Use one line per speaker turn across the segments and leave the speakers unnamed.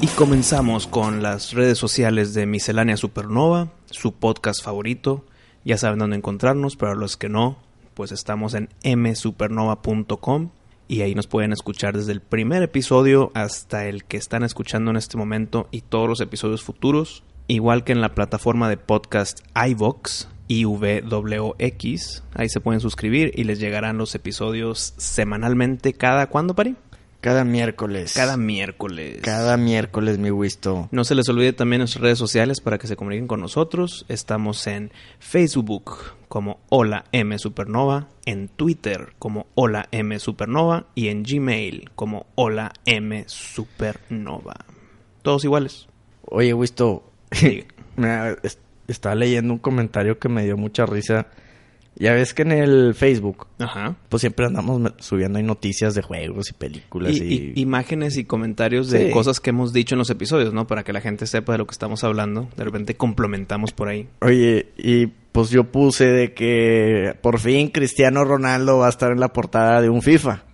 Y comenzamos con las redes sociales de Miscelánea Supernova, su podcast favorito. Ya saben dónde encontrarnos, para los que no, pues estamos en msupernova.com y ahí nos pueden escuchar desde el primer episodio hasta el que están escuchando en este momento y todos los episodios futuros, igual que en la plataforma de podcast iVox, IVWX. Ahí se pueden suscribir y les llegarán los episodios semanalmente cada cuándo, Pari?
Cada miércoles.
Cada miércoles.
Cada miércoles, mi Wisto.
No se les olvide también nuestras redes sociales para que se comuniquen con nosotros. Estamos en Facebook como Hola M Supernova, en Twitter como Hola M Supernova y en Gmail como Hola M Supernova. Todos iguales.
Oye, Wisto,
Sí.
mira, es- estaba leyendo un comentario que me dio mucha risa. Ya ves que en el Facebook,
Ajá.
pues siempre andamos me- subiendo ahí noticias de juegos y películas
Y,
y...
y- imágenes y comentarios de
Sí.
cosas que hemos dicho en los episodios, ¿no? Para que la gente sepa de lo que estamos hablando. De repente complementamos por ahí.
Oye, y pues yo puse de que por fin Cristiano Ronaldo va a estar en la portada de un FIFA.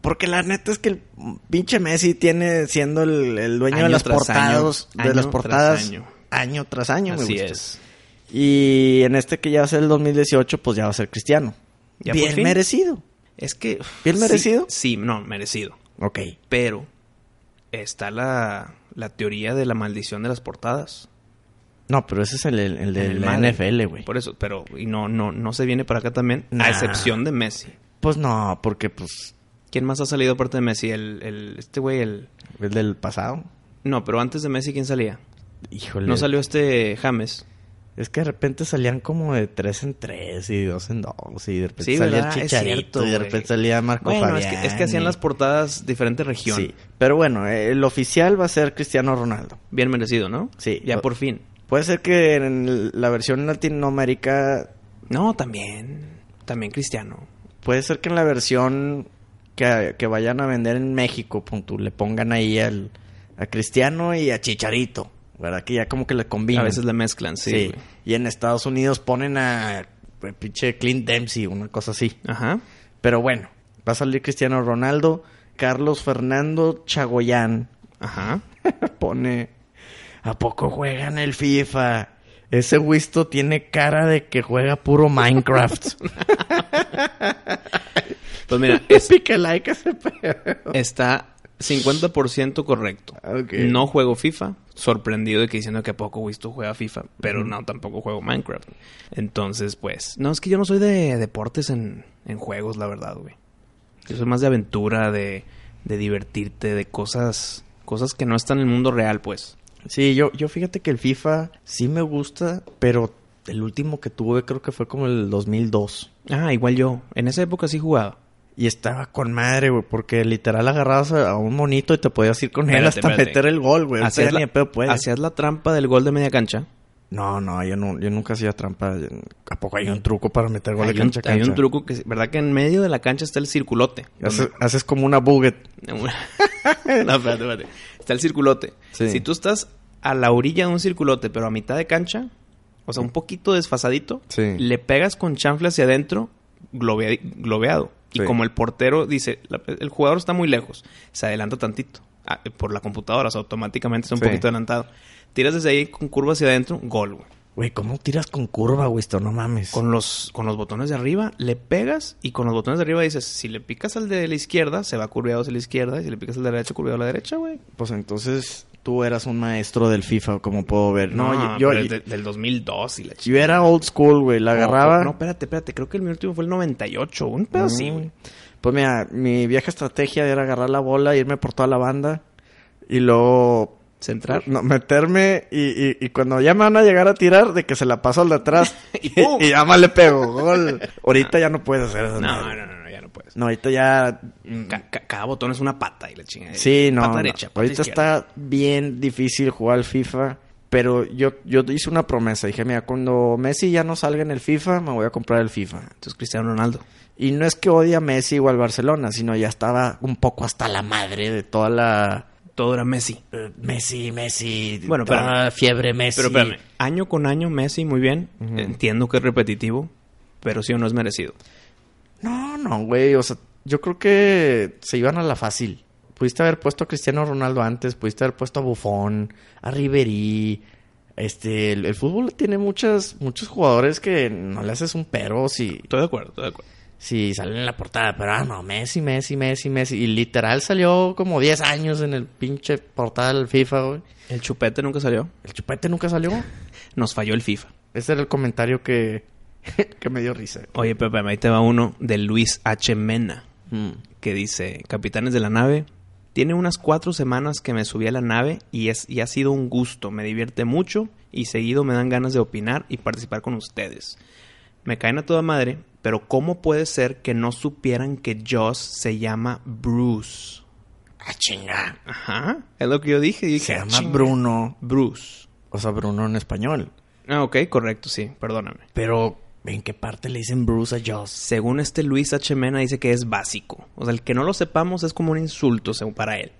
Porque la neta es que el pinche Messi tiene siendo el, el dueño
Año
de las
tras
portadas, de
año, año
las
tras
portadas
año.
año. tras año, me
Así
gusta.
es.
Y en este que ya va a ser el 2018, pues ya va a ser Cristiano.
Ya por
Bien
fin.
merecido.
Es que... uf,
¿Bien
sí-
merecido?
Sí, no, merecido.
Ok.
Pero está la, la teoría de la maldición de las portadas.
No, pero ese es el, el- el de
El
la
madre.
NFL, güey.
Por eso, pero y no, no, no se viene para acá también, a
Nah.
excepción de Messi.
Pues no, porque pues
¿Quién más ha salido aparte de Messi? El, el, este güey, el.
el del pasado.
No, pero antes de Messi, ¿quién salía?
Híjole.
No salió este James.
Es que de repente salían como de tres en tres y dos en dos y de repente
Sí,
salía
¿verdad?
el
Es
Chicharito
cierto,
y de
güey.
repente salía Marco
Bueno, es
Fabián.
que, es que hacían
y-
las portadas diferentes regiones.
Sí, pero bueno, eh, el oficial va a ser Cristiano Ronaldo.
Bien merecido, ¿no?
Sí.
Ya por fin.
Puede ser que en el- la versión Latinoamérica,
No, también. También Cristiano.
puede ser que en la versión que, que vayan a vender en México, pon tú, le pongan ahí al, a Cristiano y a Chicharito, ¿verdad? Que ya como que le combinan.
A veces la mezclan, sí.
sí.
güey.
Y en Estados Unidos ponen a eh, pinche Clint Dempsey, una cosa así.
Ajá.
Pero bueno, va a salir Cristiano Ronaldo. Carlos Fernando Chagoyán
Ajá.
pone... ¿A poco juegan el FIFA? Ese Wisto tiene cara de que juega puro Minecraft.
Pues mira,
es pique like ese pedo.
Está 50% correcto.
Ah, Ok.
No juego FIFA. Sorprendido de que diciendo que a poco Wisto juega FIFA. Pero no, tampoco juego Minecraft. Entonces, pues. No, es que yo no soy de deportes en, en juegos, la verdad, güey. Yo soy más de aventura, de, de divertirte, de cosas. Cosas que no están en el mundo real, pues.
Sí, yo, yo fíjate que el FIFA sí me gusta, pero el último que tuve creo que fue como el 2002.
Ah, igual yo. En esa época sí jugaba.
Y estaba con madre, güey, porque literal agarrabas a a un monito y te podías ir con él
Espérate,
hasta
espérate.
meter el gol, güey. Ahorita
Hacías
ya Pues, ni
la,
de pedo puedes.
hacías la trampa del gol de media cancha.
No, no, yo, no, yo nunca hacía trampa. Yo- ¿A poco hay un truco para meter gol
Hay
a
un,
cancha a
hay
cancha?
un truco que, ¿verdad? Que en medio de la cancha está el circulote.
Haces, haces como una buget.
no, espérate, espérate. Está el circulote.
Sí.
Si tú estás a la orilla de un circulote, pero a mitad de cancha, o sea, un poquito desfasadito,
Sí.
le pegas con chanfle hacia adentro, globea- globeado. Y
Sí.
como el portero dice, la- el jugador está muy lejos, se adelanta tantito ah, por la computadora, o sea, automáticamente está un
Sí.
poquito adelantado. Tiras desde ahí con curva hacia adentro, gol, güey.
Güey, ¿cómo tiras con curva, güey? Esto no mames.
Con los, con los botones de arriba le pegas y con los botones de arriba dices, si le picas al de la izquierda, se va curveado hacia la izquierda y si le picas al de la derecha, curveado a la derecha, güey.
Pues entonces tú eras un maestro del FIFA, como puedo ver. No,
No,
yo,
pero
yo,
es de- del 2002 y la chica.
yo era old school, güey. La agarraba.
No, espérate, espérate. Creo que el mi último fue el 98. Un pedo así,
Mm.
güey.
Pues mira, mi vieja estrategia era agarrar la bola, irme por toda la banda, Y luego
Centrar.
no, meterme y, y- y cuando ya me van a llegar a tirar, de que se la paso al de atrás
Y
y,
¡pum!
y ya más le pego. Gol. Ahorita ya no puedes hacer eso.
No, no, no, no, ya no puedes.
No, ahorita ya.
Ca- ca- cada botón es una pata y la chingada.
Sí, no.
Eh, Pata
no.
derecha, pata
ahorita
izquierda.
está bien difícil jugar al FIFA. Pero yo, yo hice una promesa. Dije, mira, cuando Messi ya no salga en el FIFA, me voy a comprar el FIFA.
Entonces Cristiano Ronaldo.
Y no es que odie a Messi o al Barcelona, sino ya estaba un poco hasta la madre de toda la.
Todo era Messi.
eh, Messi, Messi.
Bueno,
toda
espérame.
fiebre Messi.
Pero espérame, año con año Messi, muy bien. Entiendo que es repetitivo, pero sí o no es merecido.
No, no, güey. O sea, yo creo que se iban a la fácil. Pudiste haber puesto a Cristiano Ronaldo antes, pudiste haber puesto a Buffon, a Ribery. Este, el, el fútbol tiene muchas, muchos jugadores que no le haces un pero si,
Estoy de acuerdo, estoy de acuerdo.
si salen en la portada, pero ah, no, Messi, Messi, Messi, Messi. Y literal salió como 10 años en el pinche portal del FIFA, güey.
El chupete nunca salió.
El chupete nunca salió.
Nos falló el FIFA.
Ese era el comentario que, que me dio risa.
Oye, Pepe, ahí te va uno de Luis H. Mena,
Mm.
que dice, Capitanes de la Nave, tiene unas cuatro semanas que me subí a la nave y, es, y ha sido un gusto, me divierte mucho y seguido me dan ganas de opinar y participar con ustedes. Me caen a toda madre, pero ¿cómo puede ser que no supieran que Joss se llama Bruce?
Ah, chinga.
Ajá, es lo que yo dije. y dije,
Se
"Ah,
llama
chinga".
Bruno.
Bruce.
O sea, Bruno en español.
Ah, ok, correcto, sí, perdóname.
Pero, ¿en qué parte le dicen Bruce a Joss?
Según este Luis H. Mena dice que es básico. O sea, el que no lo sepamos es como un insulto según para él.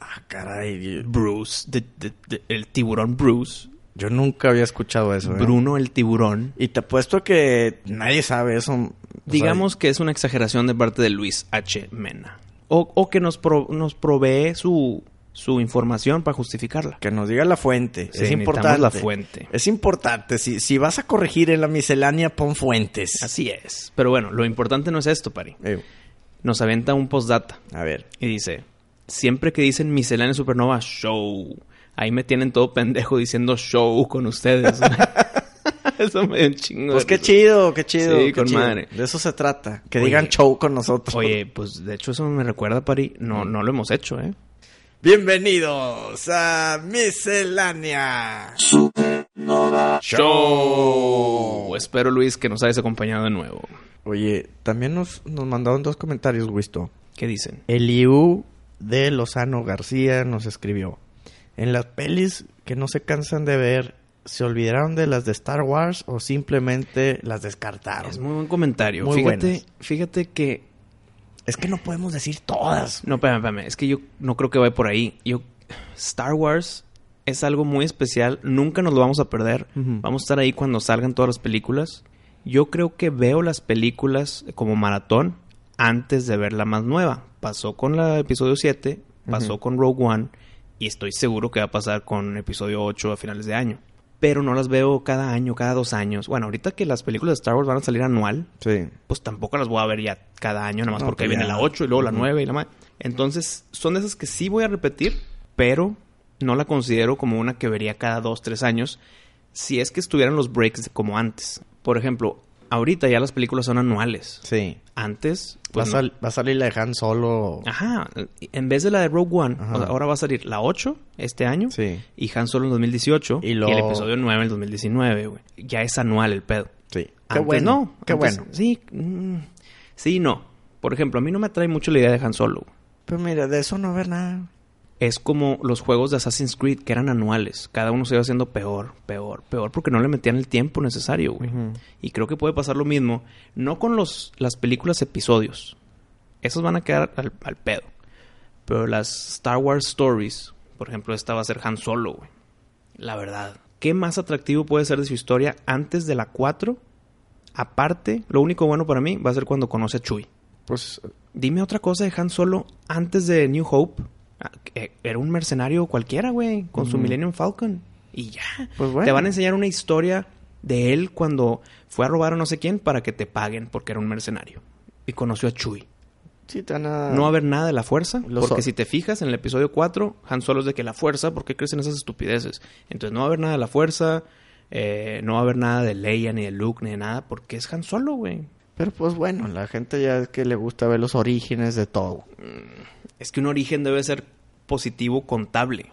Ah, caray.
Bruce, de- de- de- el tiburón Bruce.
Yo nunca había escuchado eso. ¿eh?
Bruno el tiburón.
Y te apuesto que nadie sabe eso. O sea,
Digamos que es una exageración de parte de Luis H. Mena. O, o que nos, pro- nos provee su, su información para justificarla.
que nos diga la fuente.
Sí,
es
necesitamos
importante.
la fuente.
Es importante. Si, si vas a corregir en la miscelánea, pon fuentes.
Así es. Pero bueno, lo importante no es esto, Pari.
Eh,
Nos aventa un postdata.
a ver.
Y dice, siempre que dicen miscelánea supernova show, ahí me tienen todo pendejo diciendo show con ustedes. Eso me dio un chingo.
Pues
de
qué
risa.
chido, qué chido.
Sí,
qué
con
chido.
madre.
De eso se trata. Que
Oye.
digan show con nosotros.
Oye, pues de hecho eso me recuerda, Pari, no, no lo hemos hecho, ¿eh?
Bienvenidos a Miscelánea Supernova Show.
Espero, Luis, que nos hayas acompañado de nuevo.
Oye, también nos, nos mandaron dos comentarios, Wisto.
¿Qué dicen?
Eliú de Lozano García nos escribió. En las pelis que no se cansan de ver, ¿se olvidaron de las de Star Wars o simplemente las descartaron?
Es muy buen comentario.
Muy
fíjate,
buenas.
fíjate que...
Es que no podemos decir todas.
No, espérame, espérame. Es que yo no creo que vaya por ahí. Yo... Star Wars es algo muy especial. Nunca nos lo vamos a perder.
Ujú.
Vamos a estar ahí cuando salgan todas las películas. Yo creo que veo las películas como maratón antes de ver la más nueva. Pasó con la episodio 7, pasó con Rogue One y estoy seguro que va a pasar con episodio 8 a finales de año. Pero no las veo cada año, cada dos años. Bueno, ahorita que las películas de Star Wars van a salir anual,
Sí.
pues tampoco las voy a ver ya cada año, nada más
No,
porque
pues
viene
ya.
la 8 y luego la
Ujú.
9 y la más. Entonces, son de esas que sí voy a repetir, pero no la considero como una que vería cada 2, 3 años, si es que estuvieran los breaks como antes. Por ejemplo, ahorita ya las películas son anuales.
Sí.
Antes,
Va, a
pues, no.
sal- va a salir la de Han Solo.
Ajá, en vez de la de Rogue One,
Ajá.
o sea, ahora va a salir la 8 este año
Sí.
y Han Solo en 2018
Y
y,
luego-
el episodio 9 en el 2019, güey. Ya es anual el pedo.
Sí. Qué
Antes
Ah, bueno.
no.
Qué
Antes-
bueno.
Sí, mm, sí, y no. Por ejemplo, a mí no me atrae mucho la idea de Han Solo. güey.
Pero mira, de eso no ver nada.
Es como los juegos de Assassin's Creed que eran anuales. Cada uno se iba haciendo peor, peor, peor, porque no le metían el tiempo necesario, güey.
Ujú.
Y creo que puede pasar lo mismo, no con los, las películas episodios. Esos van a quedar al, al pedo. Pero las Star Wars Stories, por ejemplo, esta va a ser Han Solo, güey. La verdad. ¿Qué más atractivo puede ser de su historia antes de la 4? Aparte, lo único bueno para mí va a ser cuando conoce a Chewie.
Pues
Dime otra cosa de Han Solo antes de New Hope. Ah, eh, Era un mercenario cualquiera, güey, con su
Ujú.
Millennium Falcon. Y ya.
Pues bueno.
Te van a enseñar una historia de él cuando fue a robar a no sé quién para que te paguen porque era un mercenario. Y conoció a Chewie.
sí, te van a...
No va a haber nada de la fuerza,
Ah. Los
porque
o-
si te fijas en el episodio 4, Han Solo es de que la fuerza, ¿por qué crecen esas estupideces? Entonces no va a haber nada de la fuerza, eh, no va a haber nada de Leia, ni de Luke, ni de nada, porque es Han Solo, güey.
Pero pues bueno, la gente ya es que le gusta ver los orígenes de todo.
Es que un origen debe ser positivo contable.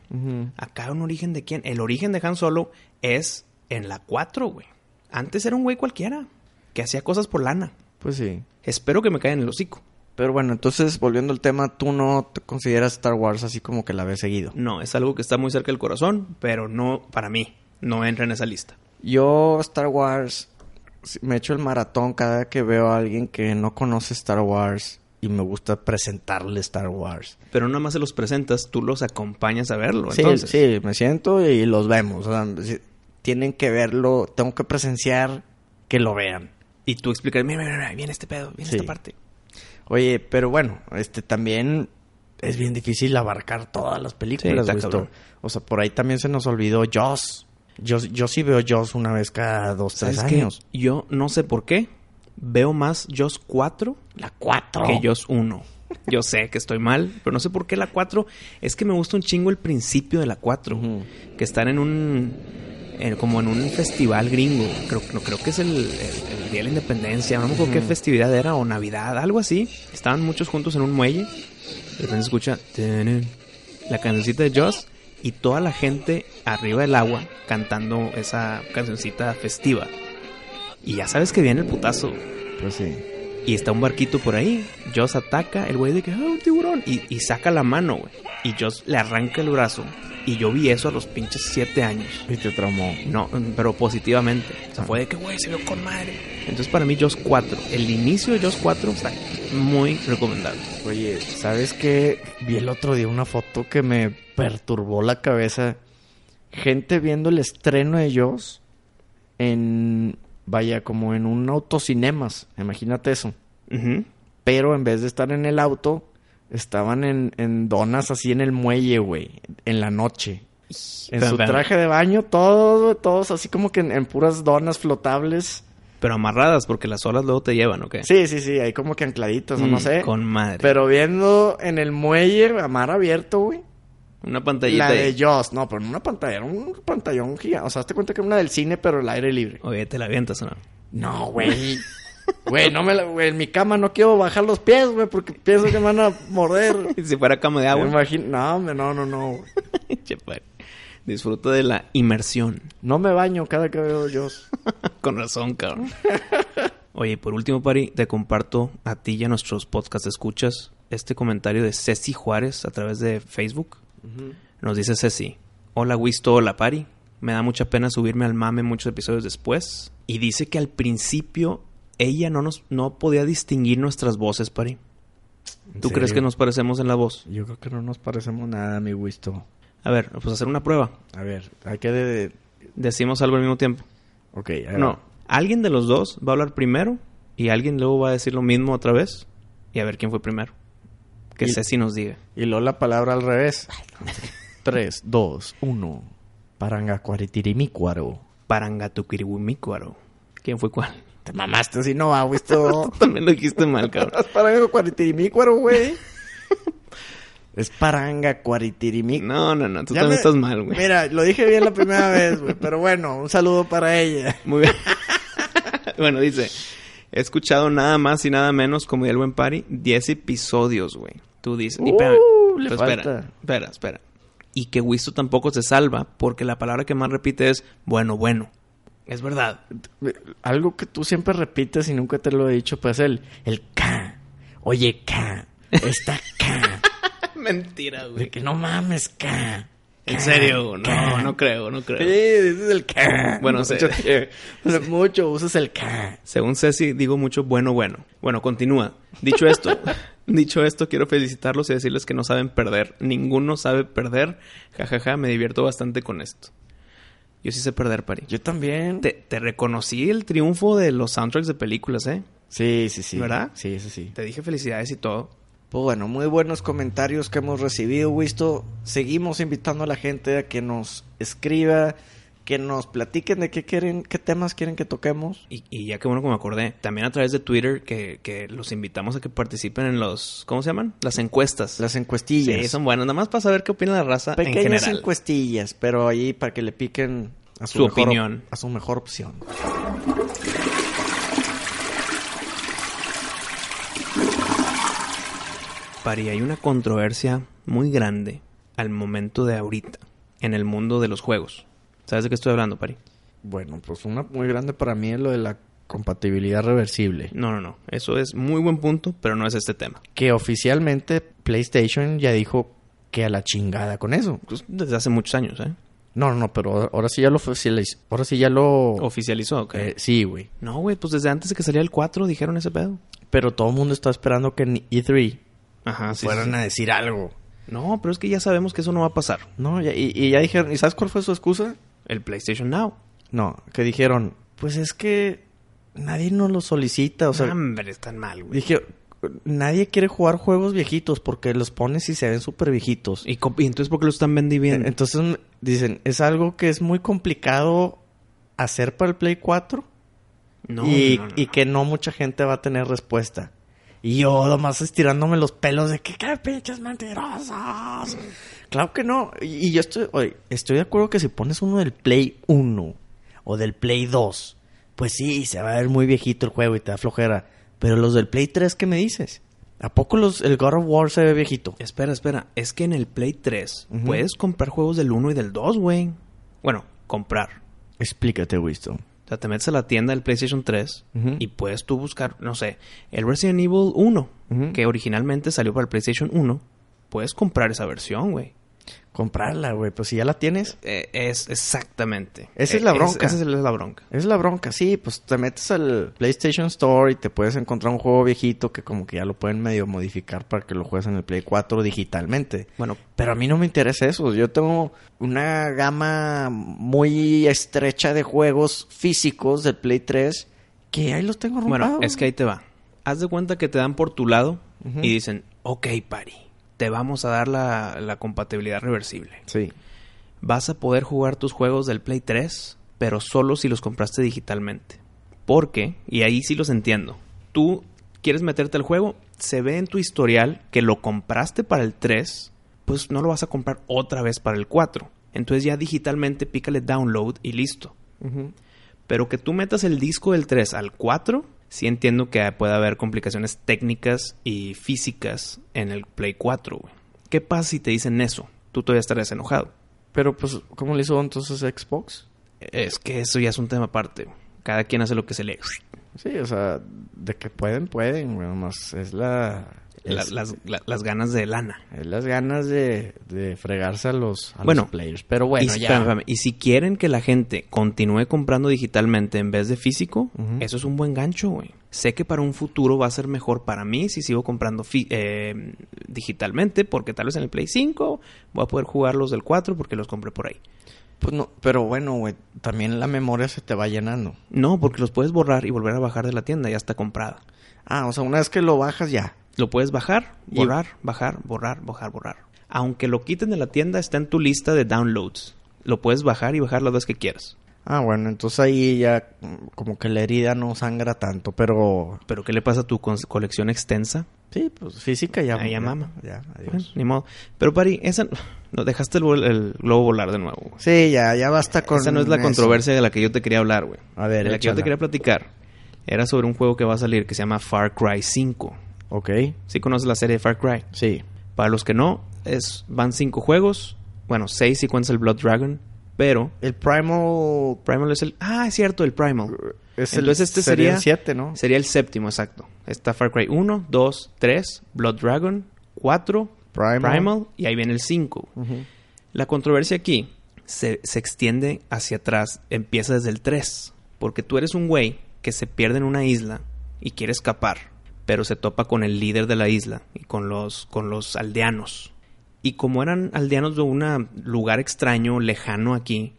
Acá un origen de quién? El origen de Han Solo es en la 4, güey. Antes era un güey cualquiera que hacía cosas por lana.
Pues sí.
Espero que me caigan en el hocico.
Pero bueno, entonces, volviendo al tema, tú no te consideras Star Wars así como que la ves seguido.
No, es algo que está muy cerca del corazón, pero no para mí. No entra en esa lista.
Yo, Star Wars, si- me echo el maratón cada vez que veo a alguien que no conoce Star Wars y me gusta presentarle Star Wars.
Pero nada más se los presentas, tú los acompañas a verlo.
Sí,
entonces.
sí, me siento y los vemos. O sea, si- tienen que verlo, tengo que presenciar que lo vean.
Y tú explicas, mira, mira, mira, viene este pedo, viene
Sí.
esta parte.
Oye, pero bueno, este también es bien difícil abarcar todas las
Sí,
películas,
está
güey, esto.
cabrón.
O sea, por ahí también se nos olvidó Joss. Yo, yo sí veo Joss una vez cada dos, tres
¿Sabes qué?
años.
Yo no sé por qué veo más Jaws 4
La cuatro.
que Jaws 1. Yo sé que estoy mal, pero no sé por qué la 4. Es que me gusta un chingo el principio de la 4.
Ujú.
Que están en un. en- como en un festival gringo. Creo, no, creo que es el, el- el Día de la Independencia. No me acuerdo qué festividad era o Navidad, algo así. Estaban muchos juntos en un muelle. De repente se escucha "Tenén", la cancioncita de Joss y toda la gente arriba del agua cantando esa cancioncita festiva. Y ya sabes que viene el putazo.
Pues sí.
Y está un barquito por ahí. Joss ataca, el güey de que, ah, un tiburón. Y, y saca la mano, güey. Y Joss le arranca el brazo. Y yo vi eso a los pinches siete años.
Y te traumó.
No, mm, pero positivamente. O sea, fue de que, güey, se vio con madre. Entonces, para mí, Joss 4. El inicio de Joss 4 está muy recomendable.
Oye, ¿sabes qué? Vi el otro día una foto que me perturbó la cabeza. Gente viendo el estreno de Jaws en... Vaya, como en un autocinemas. Imagínate eso.
Ujú.
Pero en vez de estar en el auto, estaban en, en donas así en el muelle, güey. En la noche. En
Pero-
su
pero-
traje de baño, todos, todos así como que en, en puras donas flotables.
Pero amarradas, porque las olas luego te llevan, ¿ok?
Sí, sí, sí, ahí como que ancladitos, o no
Mm,
sé.
Con madre.
Pero viendo en el muelle a mar abierto, güey.
Una
La
pantallita.
de
ahí.
Jaws. No, pero no una pantalla, era un pantallón gigante. O sea, hazte cuenta que era una del cine, pero el aire libre.
Oye, te la avientas, ¿o ¿no?
No, güey. Güey, no me la- güey, en mi cama no quiero bajar los pies, güey, porque pienso que me van a morder.
si fuera cama de
Me
agua.
imagino- No, hombre, no, no, no. güey.
Che, padre. Disfruta de la inmersión.
No me baño cada que veo Jaws.
Con razón, cabrón. Oye, y por último, Pari, te comparto a ti y a nuestros podcast escuchas este comentario de Ceci Juárez a través de Facebook. Nos dice Ceci, hola Wisto, hola Pari. Me da mucha pena subirme al mame muchos episodios después. Y dice que al principio ella no, nos, no podía distinguir nuestras voces, Pari. ¿Tú crees que nos parecemos en la voz?
Yo creo que no nos parecemos nada, mi Wisto.
A ver, pues hacer una prueba.
A ver, hay que... De...
Decimos algo al mismo tiempo.
Ok, a ver.
No, alguien de los dos va a hablar primero y alguien luego va a decir lo mismo otra vez y a ver quién fue primero. Que
Y-
Ceci nos diga.
Y luego la palabra al revés. Tres, dos, uno. Paranga cuaritirimícuaro.
Parangatuquiriwimícuaro. ¿Quién fue cuál?
Te mamaste si no ah, va, güey. esto.
También lo dijiste mal, cabrón.
Es paranga cuaritirimícuaro, güey. Es paranga cuaritirimícuaro.
No, no, no, tú
Ya
también
me-
estás mal, güey.
Mira, lo dije bien la primera vez, güey. Pero bueno, un saludo para ella.
Muy bien. bueno, dice, he escuchado nada más y nada menos como el buen pari, 10 episodios, güey. Tú dices, y
Uh,
espera,
le
pero espera,
falta.
espera, espera. Y que Wisto tampoco se salva porque la palabra que más repite es bueno, bueno. Es verdad.
Algo que tú siempre repites y nunca te lo he dicho, pues el, el K. Oye, K. Está K.
Mentira, güey.
De que no mames, K.
En serio, no, no creo, no
Sí,
creo.
dices el K.
Bueno, sí.
mucho, mucho usas el K.
Según Ceci, digo mucho bueno, bueno. Bueno, continúa. Dicho esto, dicho esto, quiero felicitarlos y decirles que no saben perder. Ninguno sabe perder. Jajaja, me divierto bastante con esto. Yo sí sé perder, Pari.
Yo también.
Te, te reconocí el triunfo de los soundtracks de películas, ¿eh?
Sí, sí, sí.
¿Verdad?
Sí, sí, sí.
Te dije felicidades y todo.
Pues bueno, muy buenos comentarios que hemos recibido, Wisto. Seguimos invitando a la gente a que nos escriba, que nos platiquen de qué quieren, qué temas quieren que toquemos.
Y, y ya que bueno que me acordé, también a través de Twitter que, que los invitamos a que participen en los, ¿cómo se llaman? Las encuestas.
Las
Sí,
encuestillas.
son buenas. Nada más para saber qué opina la raza en
Pequeñas
general.
encuestillas, pero ahí para que le piquen a su,
Su
mejor-
opinión.
A su mejor opción.
Pari, hay una controversia muy grande al momento de ahorita en el mundo de los juegos? ¿Sabes de qué estoy hablando, Pari?
Bueno, pues una muy grande para mí es lo de la compatibilidad reversible.
No, no, no. Eso es muy buen punto, pero no es este tema.
Que oficialmente PlayStation ya dijo que a la chingada con eso.
Pues, desde hace muchos años, ¿eh?
No, no, pero ahora sí ya lo oficializ- Ahora sí ya lo...
Oficializó, ok.
eh, sí, güey.
Oh. no, güey, pues desde antes de que salía el 4 dijeron ese pedo.
Pero todo el mundo está esperando que en E3
Ajá, sí.
fueran
sí,
a decir algo.
sí. No, pero es que ya sabemos que eso no va a pasar.
No, ya- y, y ya dijeron... ¿Y sabes cuál fue su excusa?
El PlayStation Now.
No, que dijeron... Pues es que nadie nos lo solicita, o sea...
Hombre, están mal, güey.
Dije, nadie quiere jugar juegos viejitos porque los pones y se ven súper viejitos.
¿Y, co- y entonces por qué lo están vendiendo?
Entonces mm, dicen, es algo que es muy complicado hacer para el Play 4
No,
y,
no, no,
y
no.
que no mucha gente va a tener respuesta. Y yo nomás estirándome los pelos de que qué pinches mentirosos. Claro que no. Y, y yo estoy, oye, estoy de acuerdo que si pones uno del Play 1 o del Play 2, pues sí, se va a ver muy viejito el juego y te da flojera. Pero los del Play 3, ¿qué me dices? ¿A poco los, el God of War se ve viejito?
Espera, espera. Es que en el Play 3
Ujú.
puedes comprar juegos del 1 y del 2, güey. Bueno, comprar.
Explícate, Winston.
O sea, te metes a la tienda del PlayStation 3
Ujú.
y puedes tú buscar, no sé, el Resident Evil 1,
Ujú.
que originalmente salió para el PlayStation 1. Puedes comprar esa versión, güey.
Comprarla, güey. Pues si ya la tienes,
Eh, es exactamente.
Esa es
Eh,
la bronca.
esa es la bronca.
Es la bronca, sí, pues te metes al PlayStation Store y te puedes encontrar un juego viejito que como que ya lo pueden medio modificar para que lo juegues en el Play 4 digitalmente.
Bueno,
Pero a mí no me interesa eso, yo tengo una gama muy estrecha de juegos físicos del Play 3 que ahí los tengo
bueno,
arrumbados.
es que ahí te va. Haz de cuenta que te dan por tu lado
Ujú.
y dicen, ok, Pari, te vamos a dar la, la compatibilidad reversible.
Sí.
Vas a poder jugar tus juegos del Play 3, pero solo si los compraste digitalmente. Porque, y ahí sí los entiendo, tú quieres meterte al juego, se ve en tu historial que lo compraste para el 3, pues no lo vas a comprar otra vez para el 4. Entonces ya digitalmente pícale download y listo.
Ujú.
Pero que tú metas el disco del 3 al 4, sí entiendo que puede haber complicaciones técnicas y físicas en el Play 4, güey. ¿Qué pasa si te dicen eso? Tú todavía estarás enojado.
Pero pues, ¿cómo le hizo entonces Xbox?
Es que eso ya es un tema aparte. güey. Cada quien hace lo que se le...
Sí, o sea, de que pueden, pueden, güey, nomás es la...
la-
es-
las, la- las ganas de lana.
Es las ganas de, de fregarse a los, a
Bueno,
los players. Pero bueno,
y,
ya.
espérame, espérame. Y si quieren que la gente continúe comprando digitalmente en vez de físico,
Ujú.
eso es un buen gancho, güey. Sé que para un futuro va a ser mejor para mí si sigo comprando fi- eh, digitalmente, porque tal vez en el Play 5 voy a poder jugar los del 4 porque los compré por ahí.
Pues no, pero bueno, güey, también la memoria se te va llenando.
No, porque los puedes borrar y volver a bajar de la tienda, ya está comprada.
Ah, o sea, una vez que lo bajas ya.
Lo puedes bajar,
Y-
borrar, bajar, borrar, bajar, borrar. Aunque lo quiten de la tienda, está en tu lista de downloads. Lo puedes bajar y bajar las veces que quieras.
Ah, bueno, entonces ahí ya mm, como que la herida no sangra tanto, pero
Pero ¿qué le pasa a tu cons- colección extensa?
sí, pues física ya.
Ah, ya mama.
Ya, adiós.
Bueno, ni modo. Pero Pari, esa no dejaste el, vol- el globo volar de nuevo. güey.
Sí, ya, ya basta con
esa no es la
eso.
controversia de la que yo te quería hablar, güey.
A ver,
de la que yo te
échala.
quería platicar. Era sobre un juego que va a salir que se llama Far Cry 5.
Ok,
¿Sí conoces la serie de Far Cry?
sí.
Para los que no, es, van cinco juegos. Bueno, seis si cuentas el Blood Dragon. Pero
El Primal
Primal es el. Ah, es cierto, el Primal.
es
Entonces este sería.
el 7, ¿no?
Sería el séptimo, exacto. Está Far Cry 1, 2, 3, Blood Dragon, 4,
Primal.
y ahí viene el 5.
Ujú.
La controversia aquí se, se extiende hacia atrás, empieza desde el 3. Porque tú eres un güey que se pierde en una isla y quiere escapar, pero se topa con el líder de la isla y con los, con los aldeanos. Y como eran aldeanos de un lugar extraño, lejano aquí,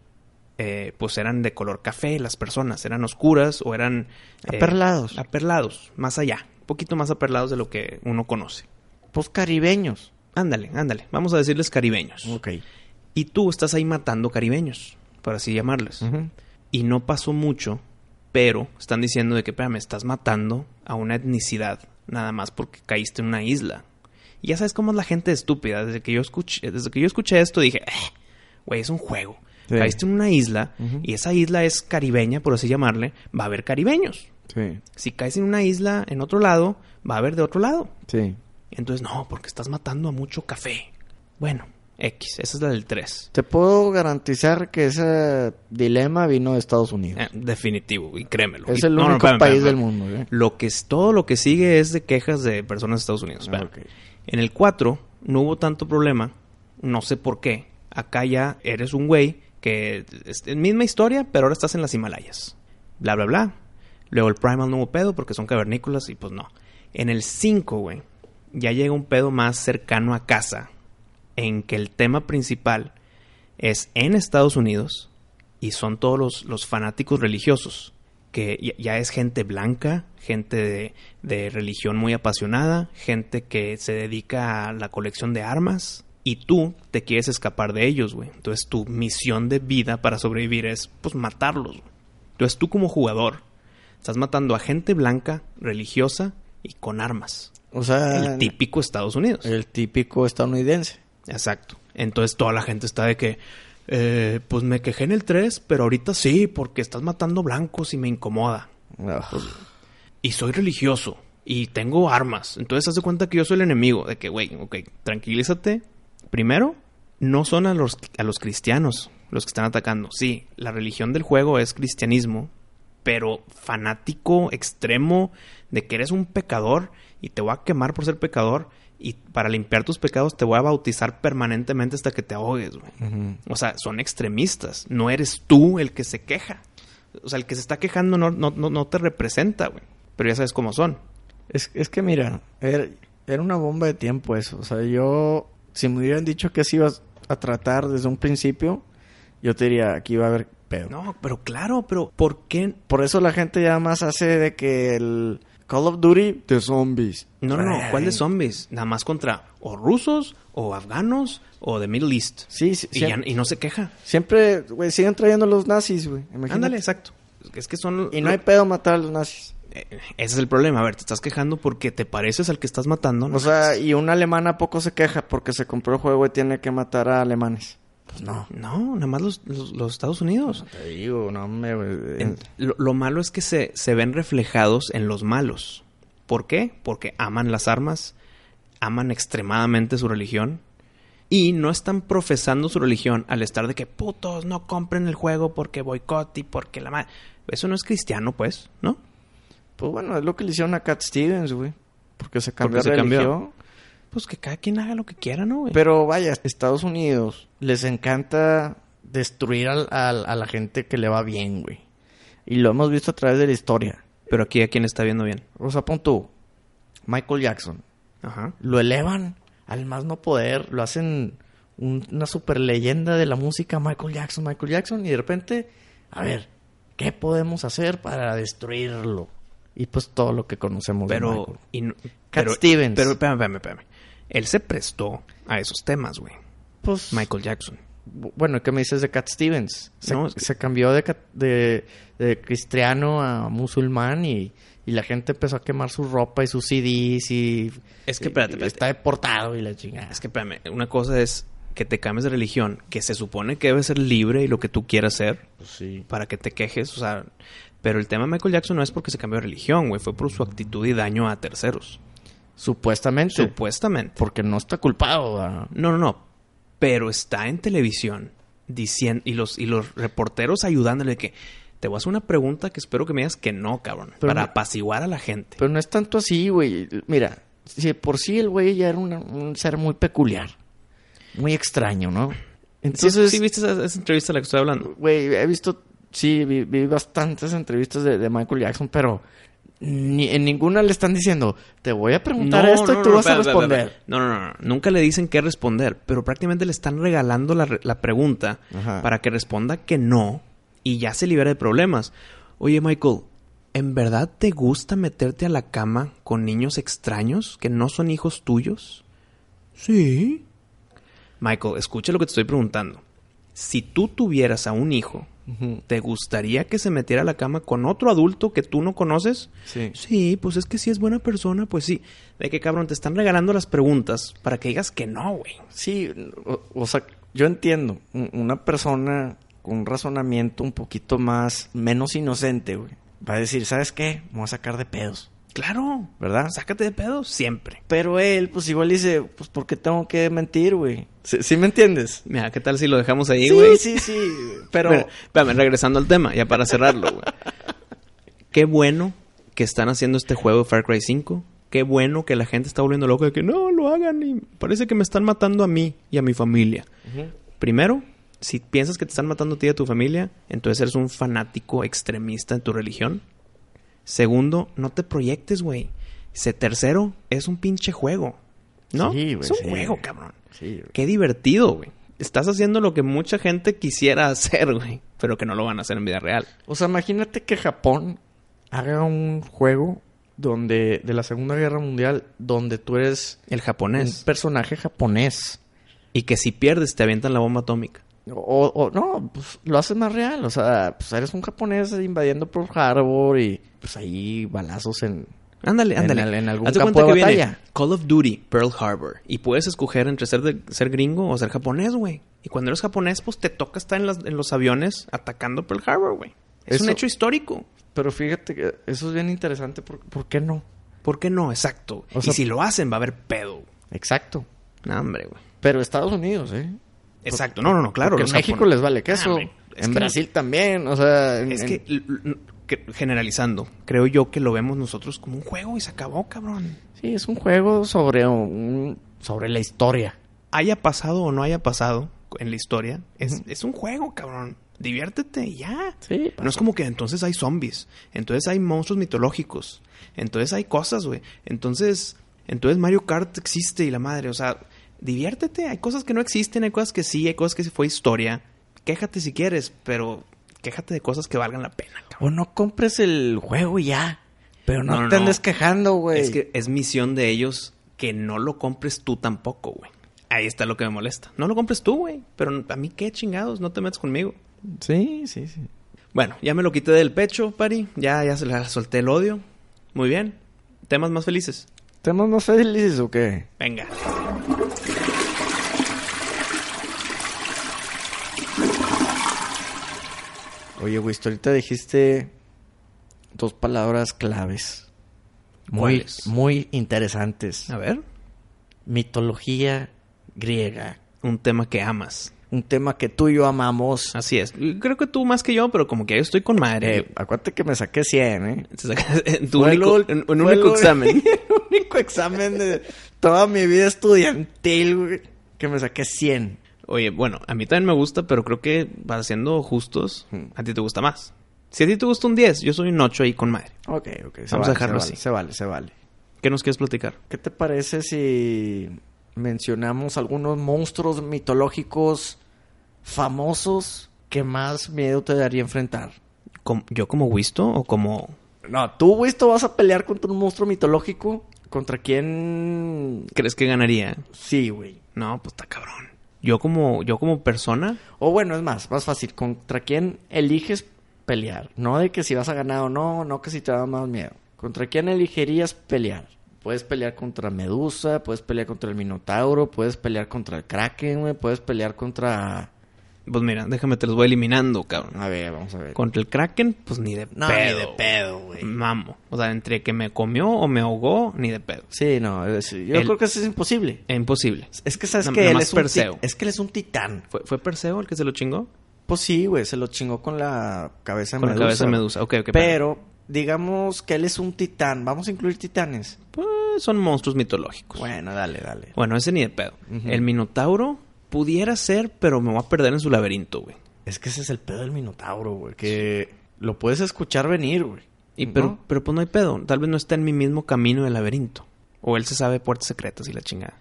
eh, pues eran de color café las personas, eran oscuras o eran... eh,
Aperlados.
aperlados, más allá, un poquito más aperlados de lo que uno conoce.
Pues caribeños.
Ándale, ándale, vamos a decirles caribeños.
Ok.
Y tú estás ahí matando caribeños, por así llamarles.
Ujú.
Y no pasó mucho, pero están diciendo de que, espérame, estás matando a una etnicidad, nada más porque caíste en una isla. Y ya sabes cómo es la gente estúpida. Desde que yo escuché, desde que yo escuché esto dije, "Eh, güey, es un juego.
Sí.
Caíste en una isla
Ujú.
y esa isla es caribeña, por así llamarle, va a haber caribeños.
Sí,
Si caes en una isla en otro lado, va a haber de otro lado.
sí.
Entonces, no, porque estás matando a mucho café. Bueno, X, esa es la del 3.
Te puedo garantizar que ese dilema vino de Estados Unidos.
Eh, definitivo, y créemelo.
es
Y-
el
no, no,
único
espérame,
país
espérame,
del mundo. ¿eh?
Lo que es, todo lo que sigue es de quejas de personas de Estados Unidos.
Ah,
Espera.
ok.
En el 4 no hubo tanto problema, no sé por qué. Acá ya eres un güey que es es misma historia, pero ahora estás en las Himalayas. Bla, bla, bla. Luego el Primal no hubo pedo porque son cavernícolas y pues no. En el 5, güey, ya llega un pedo más cercano a casa en que el tema principal es en Estados Unidos y son todos los, los fanáticos religiosos, que ya, ya es gente blanca, gente de, de religión muy apasionada, gente que se dedica a la colección de armas. Y tú te quieres escapar de ellos, güey. Entonces tu misión de vida para sobrevivir es, pues, matarlos. güey. Entonces tú como jugador estás matando a gente blanca, religiosa y con armas.
O sea,
El típico Estados Unidos.
el típico estadounidense.
Exacto. Entonces toda la gente está de que, eh, pues me quejé en el 3, pero ahorita sí, porque estás matando blancos y me incomoda.
Ah,
Y soy religioso y tengo armas. Entonces haz de cuenta que yo soy el enemigo. De que, güey, ok, tranquilízate. Primero, no son a los, a los cristianos los que están atacando. Sí, la religión del juego es cristianismo, pero fanático, extremo, de que eres un pecador y te voy a quemar por ser pecador. Y para limpiar tus pecados te voy a bautizar permanentemente hasta que te ahogues, güey.
ujú.
O sea, son extremistas. No eres tú el que se queja. O sea, el que se está quejando no, no, no, no te representa, güey. Pero ya sabes cómo son.
Es, es que mira, era, era una bomba de tiempo eso. O sea, yo, si me hubieran dicho que así ibas a tratar desde un principio, yo te diría, aquí va a haber pedo.
No, pero claro, pero ¿por qué?
Por eso la gente ya más hace de que el Call of Duty Eh. de zombies.
No, no, no.
Ay.
¿Cuál de zombies? Nada más contra o rusos, o afganos, o de Middle East.
Sí, sí,
Y,
siem-
ya- y no se queja.
siempre, güey, siguen trayendo los nazis, güey. Imagínate.
Ándale, exacto. Es que son...
Y no hay pedo matar a los nazis.
Eh, Ese es el problema. A ver, te estás quejando porque te pareces al que estás matando. ¿no?
O sea, y un alemán a poco se queja porque se compró el juego y tiene que matar a alemanes. Pues no.
no, nada más los, los- los Estados Unidos.
Te digo, no me...
En- lo, lo malo es que se, se ven reflejados en los malos. ¿Por qué? Porque aman las armas, aman extremadamente su religión y no están profesando su religión al estar de que putos no compren el juego porque boicot y porque la madre. Eso no es cristiano, pues, ¿no?
Pues bueno, es lo que le hicieron a Cat Stevens, güey. Porque se cambió
Porque
de
se cambió.
religión.
Pues que cada quien haga lo que quiera, ¿no? güey?
Pero vaya, Estados Unidos les encanta destruir al- al- a la gente que le va bien, güey. Y lo hemos visto a través de la historia.
Pero aquí a quien está viendo bien.
O sea, pon tú, Michael Jackson.
Ajá.
Lo elevan al más no poder. Lo hacen un- una super leyenda de la música Michael Jackson, Michael Jackson. Y de repente, a ver, ¿qué podemos hacer para destruirlo? Y pues todo lo que conocemos de
Pero,
Michael.
y no-
Cat
pero-
Stevens.
Pero espérame, espérame, espérame. Él se prestó a esos temas, güey.
Pues,
Michael Jackson.
Bu- Bueno, ¿qué me dices de Cat Stevens? Se,
No, es que-
se cambió de, cat- de- de cristiano a musulmán y, y la gente empezó a quemar su ropa y sus CDs y...
Es que espérate,
y- y
espérate.
Está deportado y la chingada.
Es que, espérame, una cosa es que te cambies de religión, que se supone que debe ser libre y lo que tú quieras ser,
Pues sí.
para que te quejes, o sea... Pero el tema de Michael Jackson no es porque se cambió de religión, güey, fue por su actitud y daño a terceros.
Supuestamente.
Supuestamente.
porque no está culpado. ¿verdad?
No, no, no. Pero está en televisión diciendo... Y los, y los reporteros ayudándole que... Te voy a hacer una pregunta que espero que me digas que no, cabrón.
Pero
para
no-
apaciguar a la gente.
Pero no es tanto así, güey. Mira, si de por sí el güey ya era una- un ser muy peculiar. Muy extraño, ¿no?
Entonces...
Entonces...
¿Sí, viste esa, esa entrevista de la que estoy hablando?
Güey, he visto, sí, vi, vi bastantes entrevistas de, de Michael Jackson, pero ni, en ninguna le están diciendo, te voy a preguntar esto y tú vas a
espera, espera,
responder.
espera. No, no, no, no. Nunca le dicen qué responder, pero prácticamente le están regalando la, re- la pregunta
Ajá.
para que responda que no y ya se libera de problemas. Oye, Michael, ¿en verdad te gusta meterte a la cama con niños extraños que no son hijos tuyos? Sí. Michael, escucha lo que te estoy preguntando. Si tú tuvieras a un hijo,
Ujú,
¿te gustaría que se metiera a la cama con otro adulto que tú no conoces?
Sí.
Sí, pues es que si es buena persona, pues sí. De que cabrón, te están regalando las preguntas para que digas que no, güey.
Sí, o, o sea, yo entiendo, un- una persona con un razonamiento un poquito más, menos inocente, güey, va a decir, ¿sabes qué? Me voy a sacar de pedos.
Claro.
¿Verdad?
Sácate de pedo siempre.
Pero él, pues igual dice, pues ¿por qué tengo que mentir, güey? ¿Sí, sí me entiendes?
Mira, ¿qué tal si lo dejamos ahí,
sí,
güey?
sí, sí. Pero
Mira, espérame, regresando al tema, ya para cerrarlo, güey. Qué bueno que están haciendo este juego de Far Cry 5. Qué bueno que la gente está volviendo loca de que no lo hagan y parece que me están matando a mí y a mi familia.
Ujú.
Primero, si piensas que te están matando a ti y a tu familia, entonces eres un fanático extremista en tu religión. Segundo, no te proyectes, güey. Se- tercero, es un pinche juego. ¿No?
Sí, güey,
es un
sí.
juego, cabrón.
Sí, güey.
Qué divertido, güey. Estás haciendo lo que mucha gente quisiera hacer, güey, pero que no lo van a hacer en vida real.
O sea, imagínate que Japón haga un juego donde de la Segunda Guerra Mundial donde tú eres
El
un
japonés.
personaje japonés.
Y que si pierdes te avientan la bomba atómica.
O, o- no, pues lo haces más real. O sea, pues eres un japonés invadiendo Pearl Harbor y pues ahí balazos en.
Ándale,
En
ándale.
el- en algún
Haz de
campo de
viene
batalla.
Call of Duty, Pearl Harbor. Y puedes escoger entre ser, de- ser gringo o ser japonés, güey. Y cuando eres japonés, pues te toca estar en, las- en los aviones atacando Pearl Harbor, güey. Es un
Eso-
hecho histórico.
Pero fíjate que eso es bien interesante. ¿Por, ¿por qué no?
¿Por qué no? Exacto.
O sea-
y si lo hacen, va a haber pedo. güey.
Exacto.
No, hombre, güey.
Pero Estados Unidos, ¿eh?
Exacto. No, no, no, claro.
Porque
los
en México
japoneses-
les vale queso.
Ah, güey, es
en
que-
Brasil también. O sea, en-
Es
en-
que, l- l- que- generalizando, creo yo que lo vemos nosotros como un juego y se acabó, cabrón.
Sí, es un juego sobre, un- sobre la historia.
Haya pasado o no haya pasado en la historia, es, es un juego, cabrón. Diviértete y ya.
Sí.
No es como que entonces hay zombies, entonces hay monstruos mitológicos, entonces hay cosas, güey. Entonces, entonces Mario Kart existe y la madre, o sea, diviértete, hay cosas que no existen, hay cosas que sí, hay cosas que sí fue historia. Quéjate si quieres, pero quéjate de cosas que valgan la pena, cabrón.
O no compres el juego y ya. Pero no,
No, no,
te andes
no.
quejando, güey.
Es que es misión de ellos que no lo compres tú tampoco, güey. Ahí está lo que me molesta. No lo compres tú, güey. Pero a mí qué chingados, no te metes conmigo.
Sí, sí, sí.
Bueno, ya me lo quité del pecho, Pari. Ya, ya se la solté el odio. Muy bien. Temas más felices.
¿Estamos más felices o qué?
Venga.
Oye, güey, tú ahorita dijiste dos palabras claves. Muy,
¿Cuáles?
muy interesantes.
A ver.
Mitología griega.
Un tema que amas.
Un tema que tú y yo amamos.
Así es. Creo que tú más que yo, pero como que yo estoy con madre.
Eh, acuérdate que me saqué 100, ¿eh?
Te sacas- en tu
Fue
único,
el ul-
en- en
fue
único
el-
examen.
el único examen de toda mi vida estudiantil, güey, que me saqué 100.
Oye, bueno, a mí también me gusta, pero creo que para siendo justos,
Hmm.
a ti te gusta más. Si a ti te gusta un 10, yo soy un 8 ahí con madre.
Ok, ok. se
Vamos a
vale,
dejarlo
se vale,
así.
Se vale, se vale.
¿Qué nos quieres platicar?
¿Qué te parece si mencionamos algunos monstruos mitológicos famosos que más miedo te daría enfrentar?
¿Com- ¿Yo como Wisto o como...?
No, tú, güey, tú vas a pelear contra un monstruo mitológico. ¿Contra quién?
¿Crees que ganaría?
Sí, güey.
No, pues está cabrón. Yo como, yo como persona,
O bueno, es más, más fácil. ¿Contra quién eliges pelear? No de que si vas a ganar o no, no que si te da más miedo. ¿Contra quién elegirías pelear? Puedes pelear contra Medusa, puedes pelear contra el Minotauro, puedes pelear contra el Kraken, güey, puedes pelear contra...
pues mira, déjame te los voy eliminando, cabrón.
A ver, vamos a ver.
Contra el Kraken, pues ni de
Ah, No, ni
pedo.
de pedo, güey.
Mamo. O sea, entre que me comió o me ahogó, ni de pedo.
Sí, no, es- yo
El-
creo que eso es imposible.
Es imposible.
Es que sabes
Nam-
que él
nomás
es, un ti-
Perseo.
es que él es un titán.
¿Fue, ¿Fue Perseo el que se lo chingó?
Pues sí, güey, se lo chingó con la cabeza de
Con la
Medusa.
cabeza de Medusa. Ok, ok, perdón.
Pero digamos que él es un titán. Vamos a incluir titanes.
Pues son monstruos mitológicos.
Bueno, dale, dale.
Pues- Bueno, ese ni de pedo.
Ujú.
El Minotauro pudiera ser, pero me voy a perder en su laberinto, güey.
Es que ese es el pedo del Minotauro, güey. Que lo puedes escuchar venir, güey.
Y
¿No?
pero, pero pues no hay pedo. Tal vez no está en mi mismo camino del laberinto. O él se sabe puertas secretas y la chingada.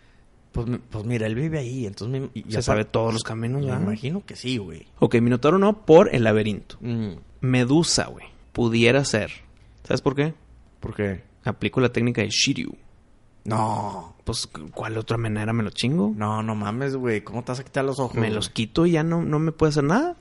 Pues, mi- pues mira, él vive ahí, entonces... me- y- y
se
aparte- pues,
sabe todos los caminos,
Me
¿verdad?
imagino que sí, güey. Mm,
Ok, Minotauro no, por el laberinto. Medusa, güey. Pudiera ser. ¿Sabes por qué?
¿Por qué?
Aplico la técnica de Shiryu.
No.
Pues, ¿cuál otra manera me lo chingo?
No, no mames, güey. ¿Cómo te vas a quitar los ojos?
Me
güey?
los quito y ya no, no me puede hacer nada.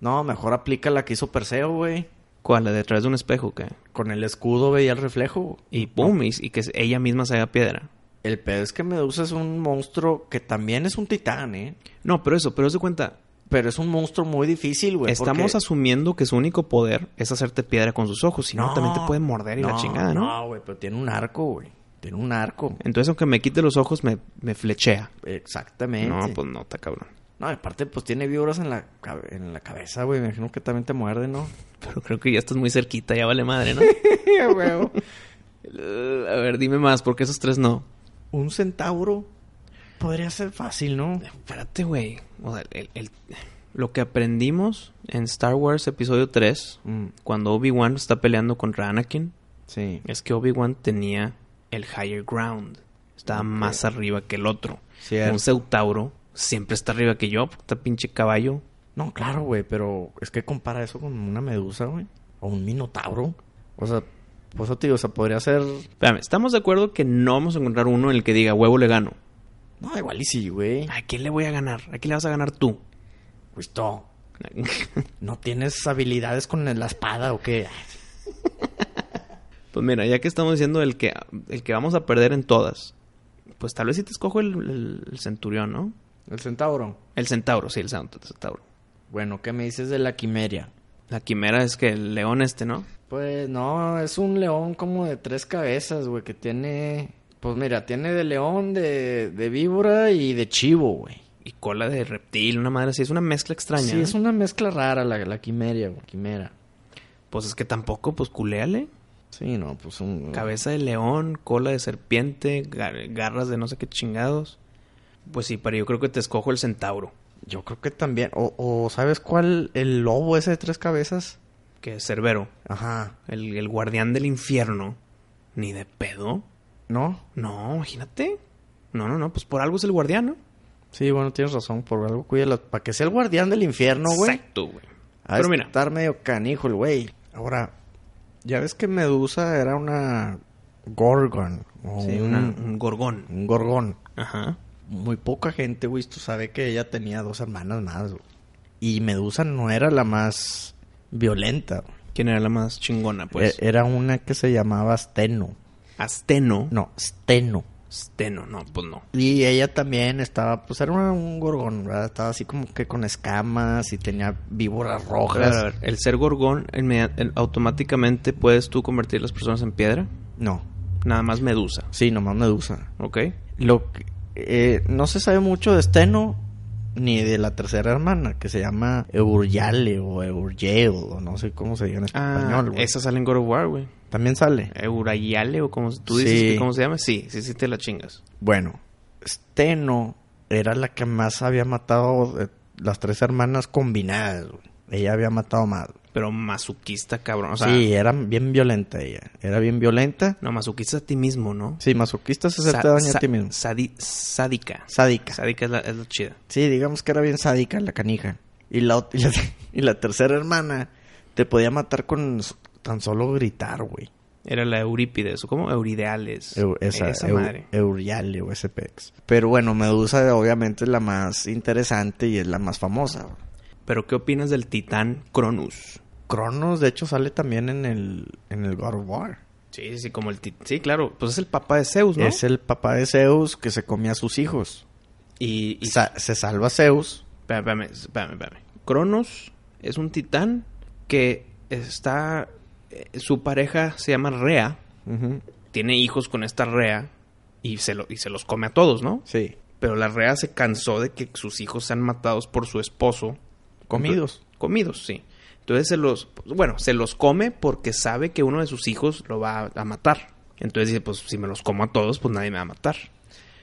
No, mejor aplica la que hizo Perseo, güey.
¿Cuál? ¿La de detrás de un espejo? ¿Qué?
Con el escudo veía el reflejo.
Y boom, y, y que ella misma se haga piedra.
El pedo es que Medusa es un monstruo que también es un titán, ¿eh?
No, pero eso, pero se cuenta,
Pero es un monstruo muy difícil, güey.
Estamos
porque-
asumiendo que su único poder es hacerte piedra con sus ojos, si no, también te pueden morder y la
no,
chingada, ¿no?
No, güey, pero tiene un arco, güey. Tiene un arco.
Entonces, aunque me quite los ojos, me, me flechea.
Exactamente.
No, pues no, está cabrón.
No, y aparte, pues tiene víboras en la, cabe- en la cabeza, güey. Me imagino que también te muerde, ¿no?
Pero creo que ya estás muy cerquita, ya vale madre, ¿no?
huevo.
Eh, A ver, dime más, porque esos tres no.
Un centauro podría ser fácil, ¿no?
Espérate, güey. O sea, el- el- lo que aprendimos en Star Wars Episodio 3,
Mm,
cuando Obi-Wan está peleando contra Anakin,
sí.
es que Obi-Wan tenía el higher ground. Estaba más arriba que el otro.
Cierto.
Un Centauro siempre está arriba que yo, puta pinche caballo.
No, claro, güey, pero es que compara eso con una medusa, güey. O un minotauro. O sea, pues eso te digo, o sea, podría ser.
Espérame, estamos de acuerdo que no vamos a encontrar uno en el que diga huevo le gano.
No, igual y sí, güey.
¿A quién le voy a ganar? ¿A quién le vas a ganar tú?
Pues no. ¿No tienes habilidades con la espada o qué?
Pues mira, ya que estamos diciendo el que, el que vamos a perder en todas, pues tal vez si te escojo el, el- el centurión, ¿no?
El centauro.
El centauro, sí, el cent- centauro.
Bueno, ¿qué me dices de la quimeria?
La quimera es que el león este, ¿no?
Pues no, es un león como de tres cabezas, güey, que tiene... Pues mira, tiene de león, de, de víbora y de chivo, güey.
Y cola de reptil, una madre así, es una mezcla extraña. ¿eh?
Sí,
¿no?
es una mezcla rara la, la quimeria, güey, quimera.
Pues es que tampoco, pues culéale.
Sí, no, pues un...
Cabeza de león, cola de serpiente, gar- garras de no sé qué chingados. Pues sí, pero yo creo que te escojo el centauro,
Yo creo que también... O, o ¿sabes cuál? El lobo ese de tres cabezas.
que es Cerbero,
Ajá.
el, el guardián del infierno. Ni de pedo.
¿No?
No, imagínate. No, no, no, pues por algo es el guardián, ¿no?
Sí, bueno, tienes razón, por algo cuídala. Para que sea el guardián del infierno, güey. Ah,
Exacto, güey.
Ha
Pero
de
mira,
estar medio canijo el güey. Ahora, ya ves que Medusa era una gorgon. O
sí,
un,
una- un gorgón.
un gorgón.
Ajá.
Muy poca gente, güey, tú sabe que ella tenía dos hermanas más, güey. Y Medusa no era la más violenta. güey.
¿Quién era la más chingona, pues?
E- Era una que se llamaba Steno.
Asteno.
No, Steno.
Asteno, no, pues no.
Y ella también estaba, pues era una- un gorgón, ¿verdad? Estaba así como que con escamas y tenía víboras
A ver,
rojas.
a ver, el ser gorgón, inmediat- el- automáticamente puedes tú convertir las personas en piedra.
No,
Nada más medusa,
sí, nomás Medusa.
¿ok?
Lo que- eh, no se sabe mucho de Steno ni de la tercera hermana que se llama Eurjale o Eurgel o no sé cómo se diga en
Ah, Eh.
español. güey.
esa sale en God of War, güey.
También sale.
Eurayale o como tú dices
Sí.
que cómo se llama. Sí, sí, sí te la chingas.
Bueno, Steno era la que más había matado de las tres hermanas combinadas. güey. Ella había matado más.
Pero masoquista, cabrón. O sea,
sí, era bien violenta ella. Era bien violenta.
no, masoquista a ti mismo, ¿no?
Sí, masoquista se
Sa-
hacerte daño
sa-
a ti mismo.
sadi- sádica.
Sádica.
Sádica es la, es la chida.
Sí, digamos que era bien sádica la canija. Y la, ot- y la, y la tercera hermana te podía matar con s- tan solo gritar, güey.
Era la Eurípides, o como Eurideales.
Eu- esa eu-
madre.
Euriale o ese pex. Pero bueno, Medusa obviamente es la más interesante y es la más famosa. güey.
Pero, ¿qué opinas del titán Cronus?
Cronos, de hecho, sale también en el, en el God of War.
Sí, sí, sí, como el titán. Sí, claro. Pues es el papá de Zeus, ¿no?
Es el papá de Zeus que se comía a sus hijos.
Y, y-
Sa- se salva Zeus.
Espérame, espérame, espérame, espérame. Cronos es un titán que está... eh, su pareja se llama Rea. Tiene hijos con esta Rea. Y se, lo, y se los come a todos, ¿no?
Sí.
Pero la Rea se cansó de que sus hijos sean matados por su esposo.
Comidos.
Comidos, sí. Entonces se los... Bueno, se los come porque sabe que uno de sus hijos lo va a, a matar. Entonces dice, pues si me los como a todos, pues nadie me va a matar.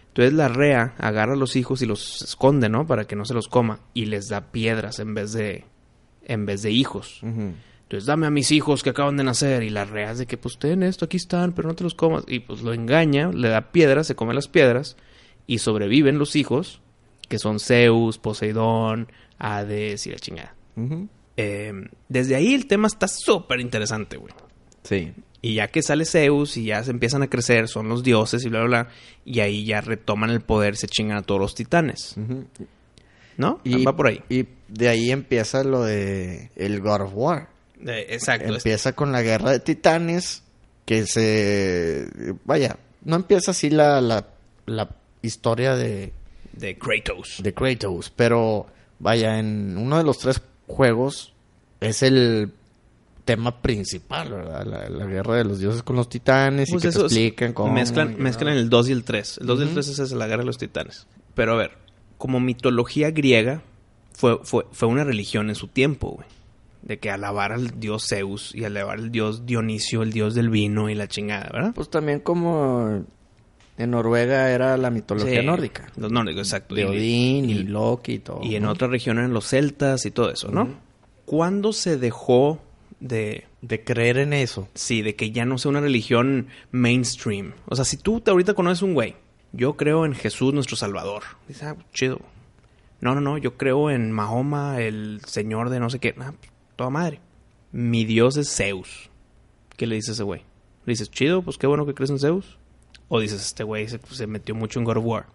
Entonces la rea agarra a los hijos y los esconde, ¿no? Para que no se los coma. Y les da piedras en vez de... En vez de hijos. Entonces dame a mis hijos que acaban de nacer. Y la rea es de que, pues ten esto, aquí están, pero no te los comas. Y pues lo engaña, le da piedras, se come las piedras. Y sobreviven los hijos, que son Zeus, Poseidón, Hades y la chingada. Eh, desde ahí el tema está súper interesante, güey.
Sí.
Y ya que sale Zeus y ya se empiezan a crecer, son los dioses y bla, bla, bla. Y ahí ya retoman el poder, se chingan a todos los titanes. ¿No?
Y,
Va por ahí.
Y de ahí empieza lo de el God of War.
Eh, exacto. es-
Empieza con la guerra de titanes, que se... Vaya, no empieza así la, la, la historia de,
De Kratos.
de Kratos, pero vaya, en uno de los tres juegos es el tema principal, ¿verdad? La, la guerra de los dioses con los titanes
Pues
y que te
eso es-
explican cómo...
Mezclan,
y-
mezclan el 2 y el 3. El 2 y el
Ujú.
3 es esa, la guerra de los titanes. Pero a ver, como mitología griega, fue, fue, fue una religión en su tiempo, güey. De que alabar al dios Zeus y alabar al dios Dionisio, el dios del vino y la chingada, ¿verdad?
Pues también como en Noruega era la mitología
Sí,
nórdica.
Los nórdicos, exacto.
De
Y-
Odín y,
y-
Loki y todo.
Y en
¿no?
otras regiones los celtas y todo eso, ¿no? ¿Cuándo se dejó de
De creer en eso.
Sí, de que ya no sea una religión mainstream. O sea, si tú te ahorita conoces un güey, yo creo en Jesús nuestro Salvador. Dices, ah, chido. No, no, no, yo creo en Mahoma, el señor de no sé qué. Ah, pues, toda madre. Mi Dios es Zeus. ¿Qué le dices a ese güey? Le dices, chido, pues qué bueno que crees en Zeus. O dices, este güey se, se metió mucho en God of War.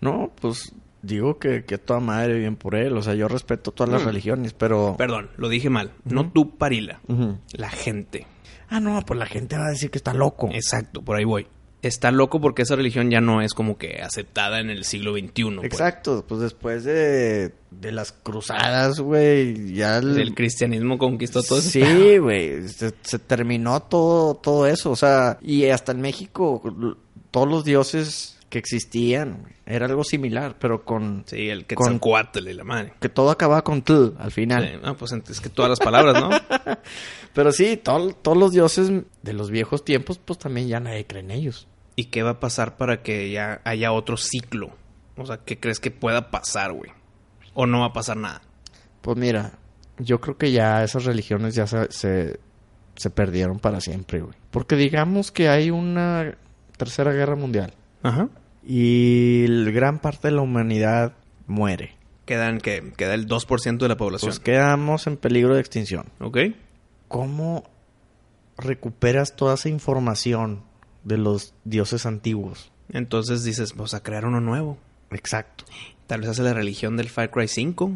No, pues digo que, que toda madre bien por él. O sea, yo respeto todas las
Mm.
religiones, pero...
Perdón, lo dije mal. No tú, Parila.
Ujú.
La gente.
Ah, no, pues la gente va a decir que está loco.
Exacto, por ahí voy. Está loco porque esa religión ya no es como que aceptada en el siglo XXI. pues.
Exacto, pues después de, de las cruzadas, güey, ya... Pues el-
Pues El cristianismo conquistó todo eso.
Sí, güey, se, se terminó todo, todo eso, o sea, y hasta en México, l- todos los dioses que existían, güey, era algo similar, pero con...
Sí, el
Con-
Quetzalcoatl y la madre.
Que todo acababa con tl al final.
Sí, no, pues ent- es que todas las palabras, ¿no?
Pero sí, tol- todos los dioses de los viejos tiempos, pues también ya nadie cree en ellos.
¿Y qué va a pasar para que ya haya otro ciclo? O sea, ¿qué crees que pueda pasar, güey? ¿O no va a pasar nada?
Pues mira, yo creo que ya esas religiones ya se, se, se perdieron para siempre, güey. Porque digamos que hay una tercera guerra mundial.
Ajá.
Y el- gran parte de la humanidad muere.
Quedan, que Queda el 2% de la población.
Pues quedamos en peligro de extinción.
¿Ok?
¿Cómo recuperas toda esa información de los dioses antiguos?
Entonces dices, pues a crear uno nuevo.
Exacto.
Tal vez hace la religión del Far Cry 5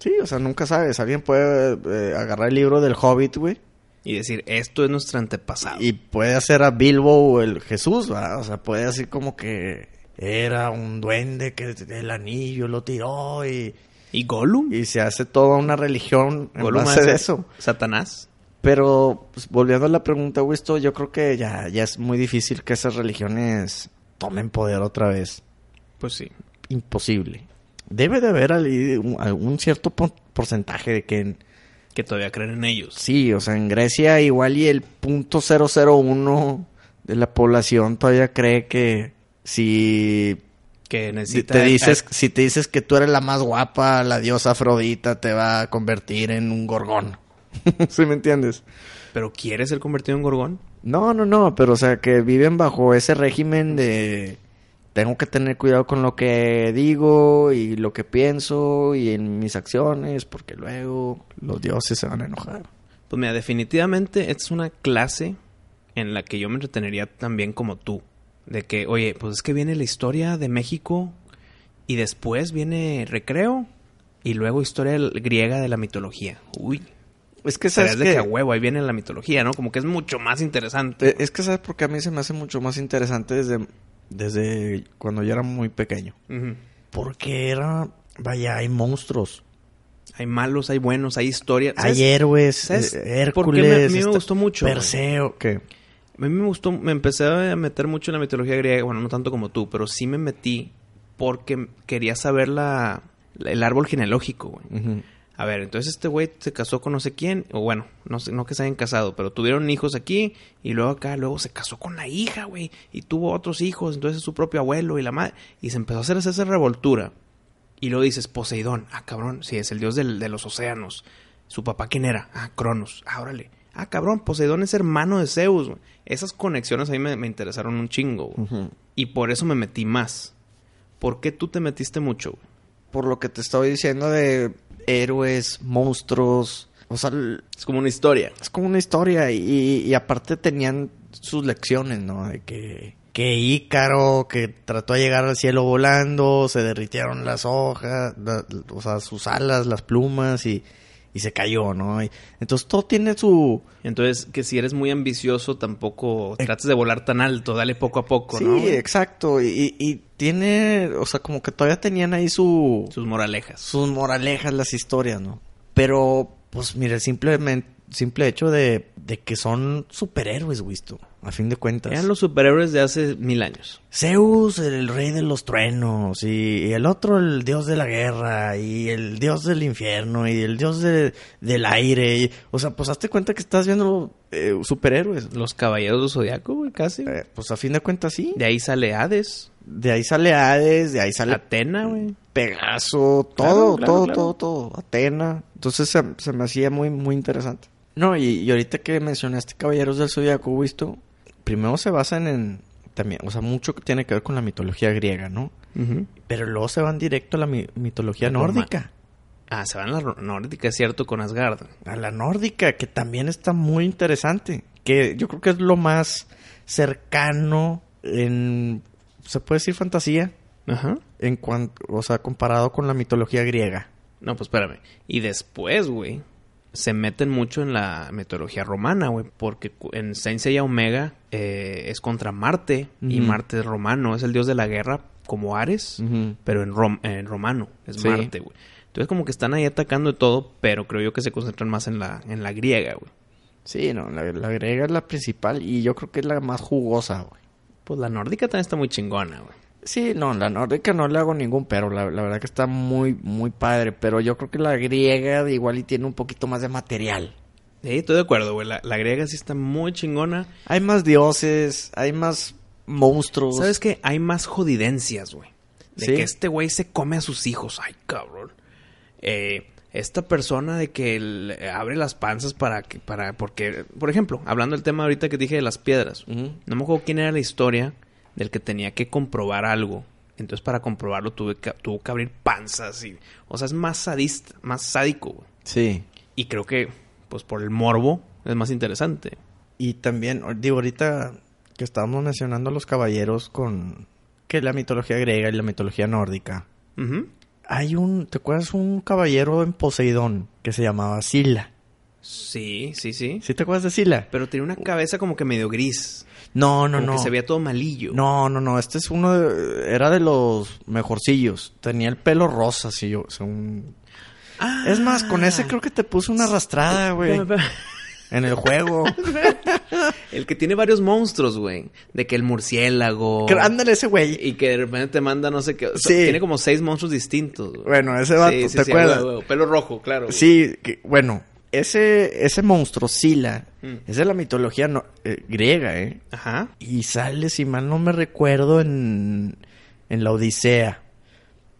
Sí, o sea, nunca sabes. Alguien puede eh, agarrar el libro del Hobbit, güey.
y decir, esto es nuestro antepasado.
Y puede hacer a Bilbo o el Jesús, ¿verdad? O sea, puede decir como que era un duende que el anillo lo tiró y,
¿Y Gollum?
y se hace toda una religión en
Gollum
base
hace
de eso.
Satanás.
Pero pues, volviendo a la pregunta, Wisto, yo creo que ya, ya es muy difícil que esas religiones tomen poder otra vez.
Pues sí.
Imposible. Debe de haber ahí un- algún cierto por- porcentaje de que en-
Que todavía creen en ellos.
Sí, o sea, en Grecia igual y el punto de la población todavía cree que si
Que
si
necesitan...
te eh. dices si te dices que tú eres la más guapa, la diosa Afrodita te va a convertir en un gorgón. ¿Sí me entiendes?
¿Pero quiere ser convertido en gorgón?
No, no, no, pero o sea, que viven bajo ese régimen de tengo que tener cuidado con lo que digo y lo que pienso y en mis acciones porque luego los dioses se van a enojar.
Pues mira, definitivamente esta es una clase en la que yo me entretenería también como tú. De que, oye, pues es que viene la historia de México y después viene recreo y luego historia del- griega de la mitología. Uy,
Es que
serás
sabes
de que
que
a huevo, ahí viene la mitología, ¿no? Como que es mucho más interesante.
Eh, Es que sabes porque a mí se me hace mucho más interesante desde, desde cuando yo era muy pequeño.
Ujú.
Porque era, vaya, hay monstruos,
Hay malos, hay buenos, hay historia.
hay
¿Sabes?
héroes,
¿Sabes
eh, Hércules.
por qué me- a mí me
está-
gustó mucho, güey?
Perseo, ¿qué?
A mí me gustó, me empecé a meter mucho en la mitología griega, bueno, no tanto como tú, pero sí me metí porque quería saber la, la- el árbol genealógico, güey. A ver, entonces este güey se casó con no sé quién, o bueno, no sé, no que se hayan casado, pero tuvieron hijos aquí y luego acá, luego se casó con la hija, güey, y tuvo otros hijos, entonces su propio abuelo y la madre, y se empezó a hacer esa revoltura. Y luego dices, Poseidón, ah, cabrón, sí, es el dios del- de los océanos. ¿Su papá quién era? Ah, Cronos, ah, órale. Ah, cabrón, Poseidón es hermano de Zeus. güey. Esas conexiones a mí me, me interesaron un chingo, güey. Y por eso me metí más. ¿Por qué tú te metiste mucho, güey?
Por lo que te estoy diciendo de héroes, monstruos, o sea, l-
Es como una historia.
es como una historia y, y aparte tenían sus lecciones, ¿no? De que, que Ícaro, que trató de llegar al cielo volando, se derritieron las hojas, la- o sea, sus alas, las plumas y, y se cayó, ¿no? Y- entonces todo tiene su...
Entonces, que si eres muy ambicioso, tampoco trates de volar tan alto, dale poco a poco,
Sí,
¿no?
exacto. Y, y tiene, o sea, como que todavía tenían ahí su,
Sus moralejas.
sus moralejas las historias, ¿no? Pero, pues mira, simplemente, simple hecho de, de que son superhéroes, Wisto, a fin de cuentas.
Eran los superhéroes de hace mil años.
Zeus, el rey de los truenos, y, y el otro, el dios de la guerra, y el dios del infierno, y el dios de- del aire. y- o sea, pues hazte cuenta que estás viendo eh, superhéroes.
Los caballeros del zodiaco, güey, casi.
Eh, pues a fin de cuentas sí.
De ahí sale Hades,
De ahí sale Hades, de ahí sale
Atena, güey.
Pegaso,
Claro,
todo,
claro,
todo,
claro.
todo, todo, Atena. Entonces se, se me hacía muy, muy interesante. No, y, y ahorita que mencionaste Caballeros del Zodiaco, visto, primero se basan en también, o sea, mucho que tiene que ver con la mitología griega, ¿no?
Ujú.
Pero luego se van directo a la mi- mitología
Roma.
nórdica,
Ah, se van a la ro- nórdica, es cierto, con Asgard.
a la nórdica, que también está muy interesante, que yo creo que es lo más cercano en, se puede decir fantasía,
Ajá.
en cuanto, o sea, comparado con la mitología griega.
No, pues espérame. Y después, güey, se meten mucho en la mitología romana, güey, porque cu- en Saint Seiya Omega eh, es contra Marte y
Ujú.
Marte es romano, es el dios de la guerra como Ares, pero en, rom- en romano, es
Sí.
Marte, güey. Entonces como que están ahí atacando de todo, pero creo yo que se concentran más en la, en la griega, güey.
Sí, no, la, la griega es la principal y yo creo que es la más jugosa, güey.
Pues la nórdica también está muy chingona, güey.
Sí, no, la nórdica no le hago ningún pero, la, la verdad que está muy, muy padre, pero yo creo que la griega de igual y tiene un poquito más de material.
Sí, estoy de acuerdo, güey. La, la griega sí está muy chingona.
Hay más dioses, hay más monstruos.
¿Sabes qué? Hay más jodidencias, güey. De
Sí.
que este güey se come a sus hijos. Ay, cabrón. Eh, esta persona de que le abre las panzas para que, para, porque, por ejemplo, hablando del tema ahorita que dije de las piedras.
Ujú.
No me acuerdo quién era la historia del que tenía que comprobar algo. Entonces, para comprobarlo tuve que, tuvo que abrir panzas y, o sea, es más sadista, más sádico, güey.
Sí.
Y creo que, pues, por el morbo es más interesante.
Y también, o- digo, ahorita que estábamos mencionando a los caballeros con que la mitología griega y la mitología nórdica.
Ujú.
Hay un, ¿te acuerdas un caballero en Poseidón que se llamaba Sila?
Sí, sí, sí.
¿Sí te acuerdas de Sila?
Pero tenía una cabeza como que medio gris.
No, no,
como
no.
que se veía todo malillo.
No, no, no. Este es uno de, era de los mejorcillos. Tenía el pelo rosa, sí, yo, según.
Ah.
Es más, con ese creo que te puse una arrastrada, güey. En el juego.
El que tiene varios monstruos, güey. De que el murciélago.
Creo- Oh. Ándale ese güey.
Y que de repente te manda no sé qué. o sea,
Sí.
Tiene como seis monstruos distintos. güey.
Bueno, ese vato, ¿te
a
acuerdas?
huevo, a huevo. Pelo rojo, claro. güey.
Sí, que- bueno, ese, ese monstruo, Sila,
Mm.
es de la mitología no- eh, griega, ¿eh?
Ajá.
Y sale, si mal no me recuerdo, en, en la Odisea.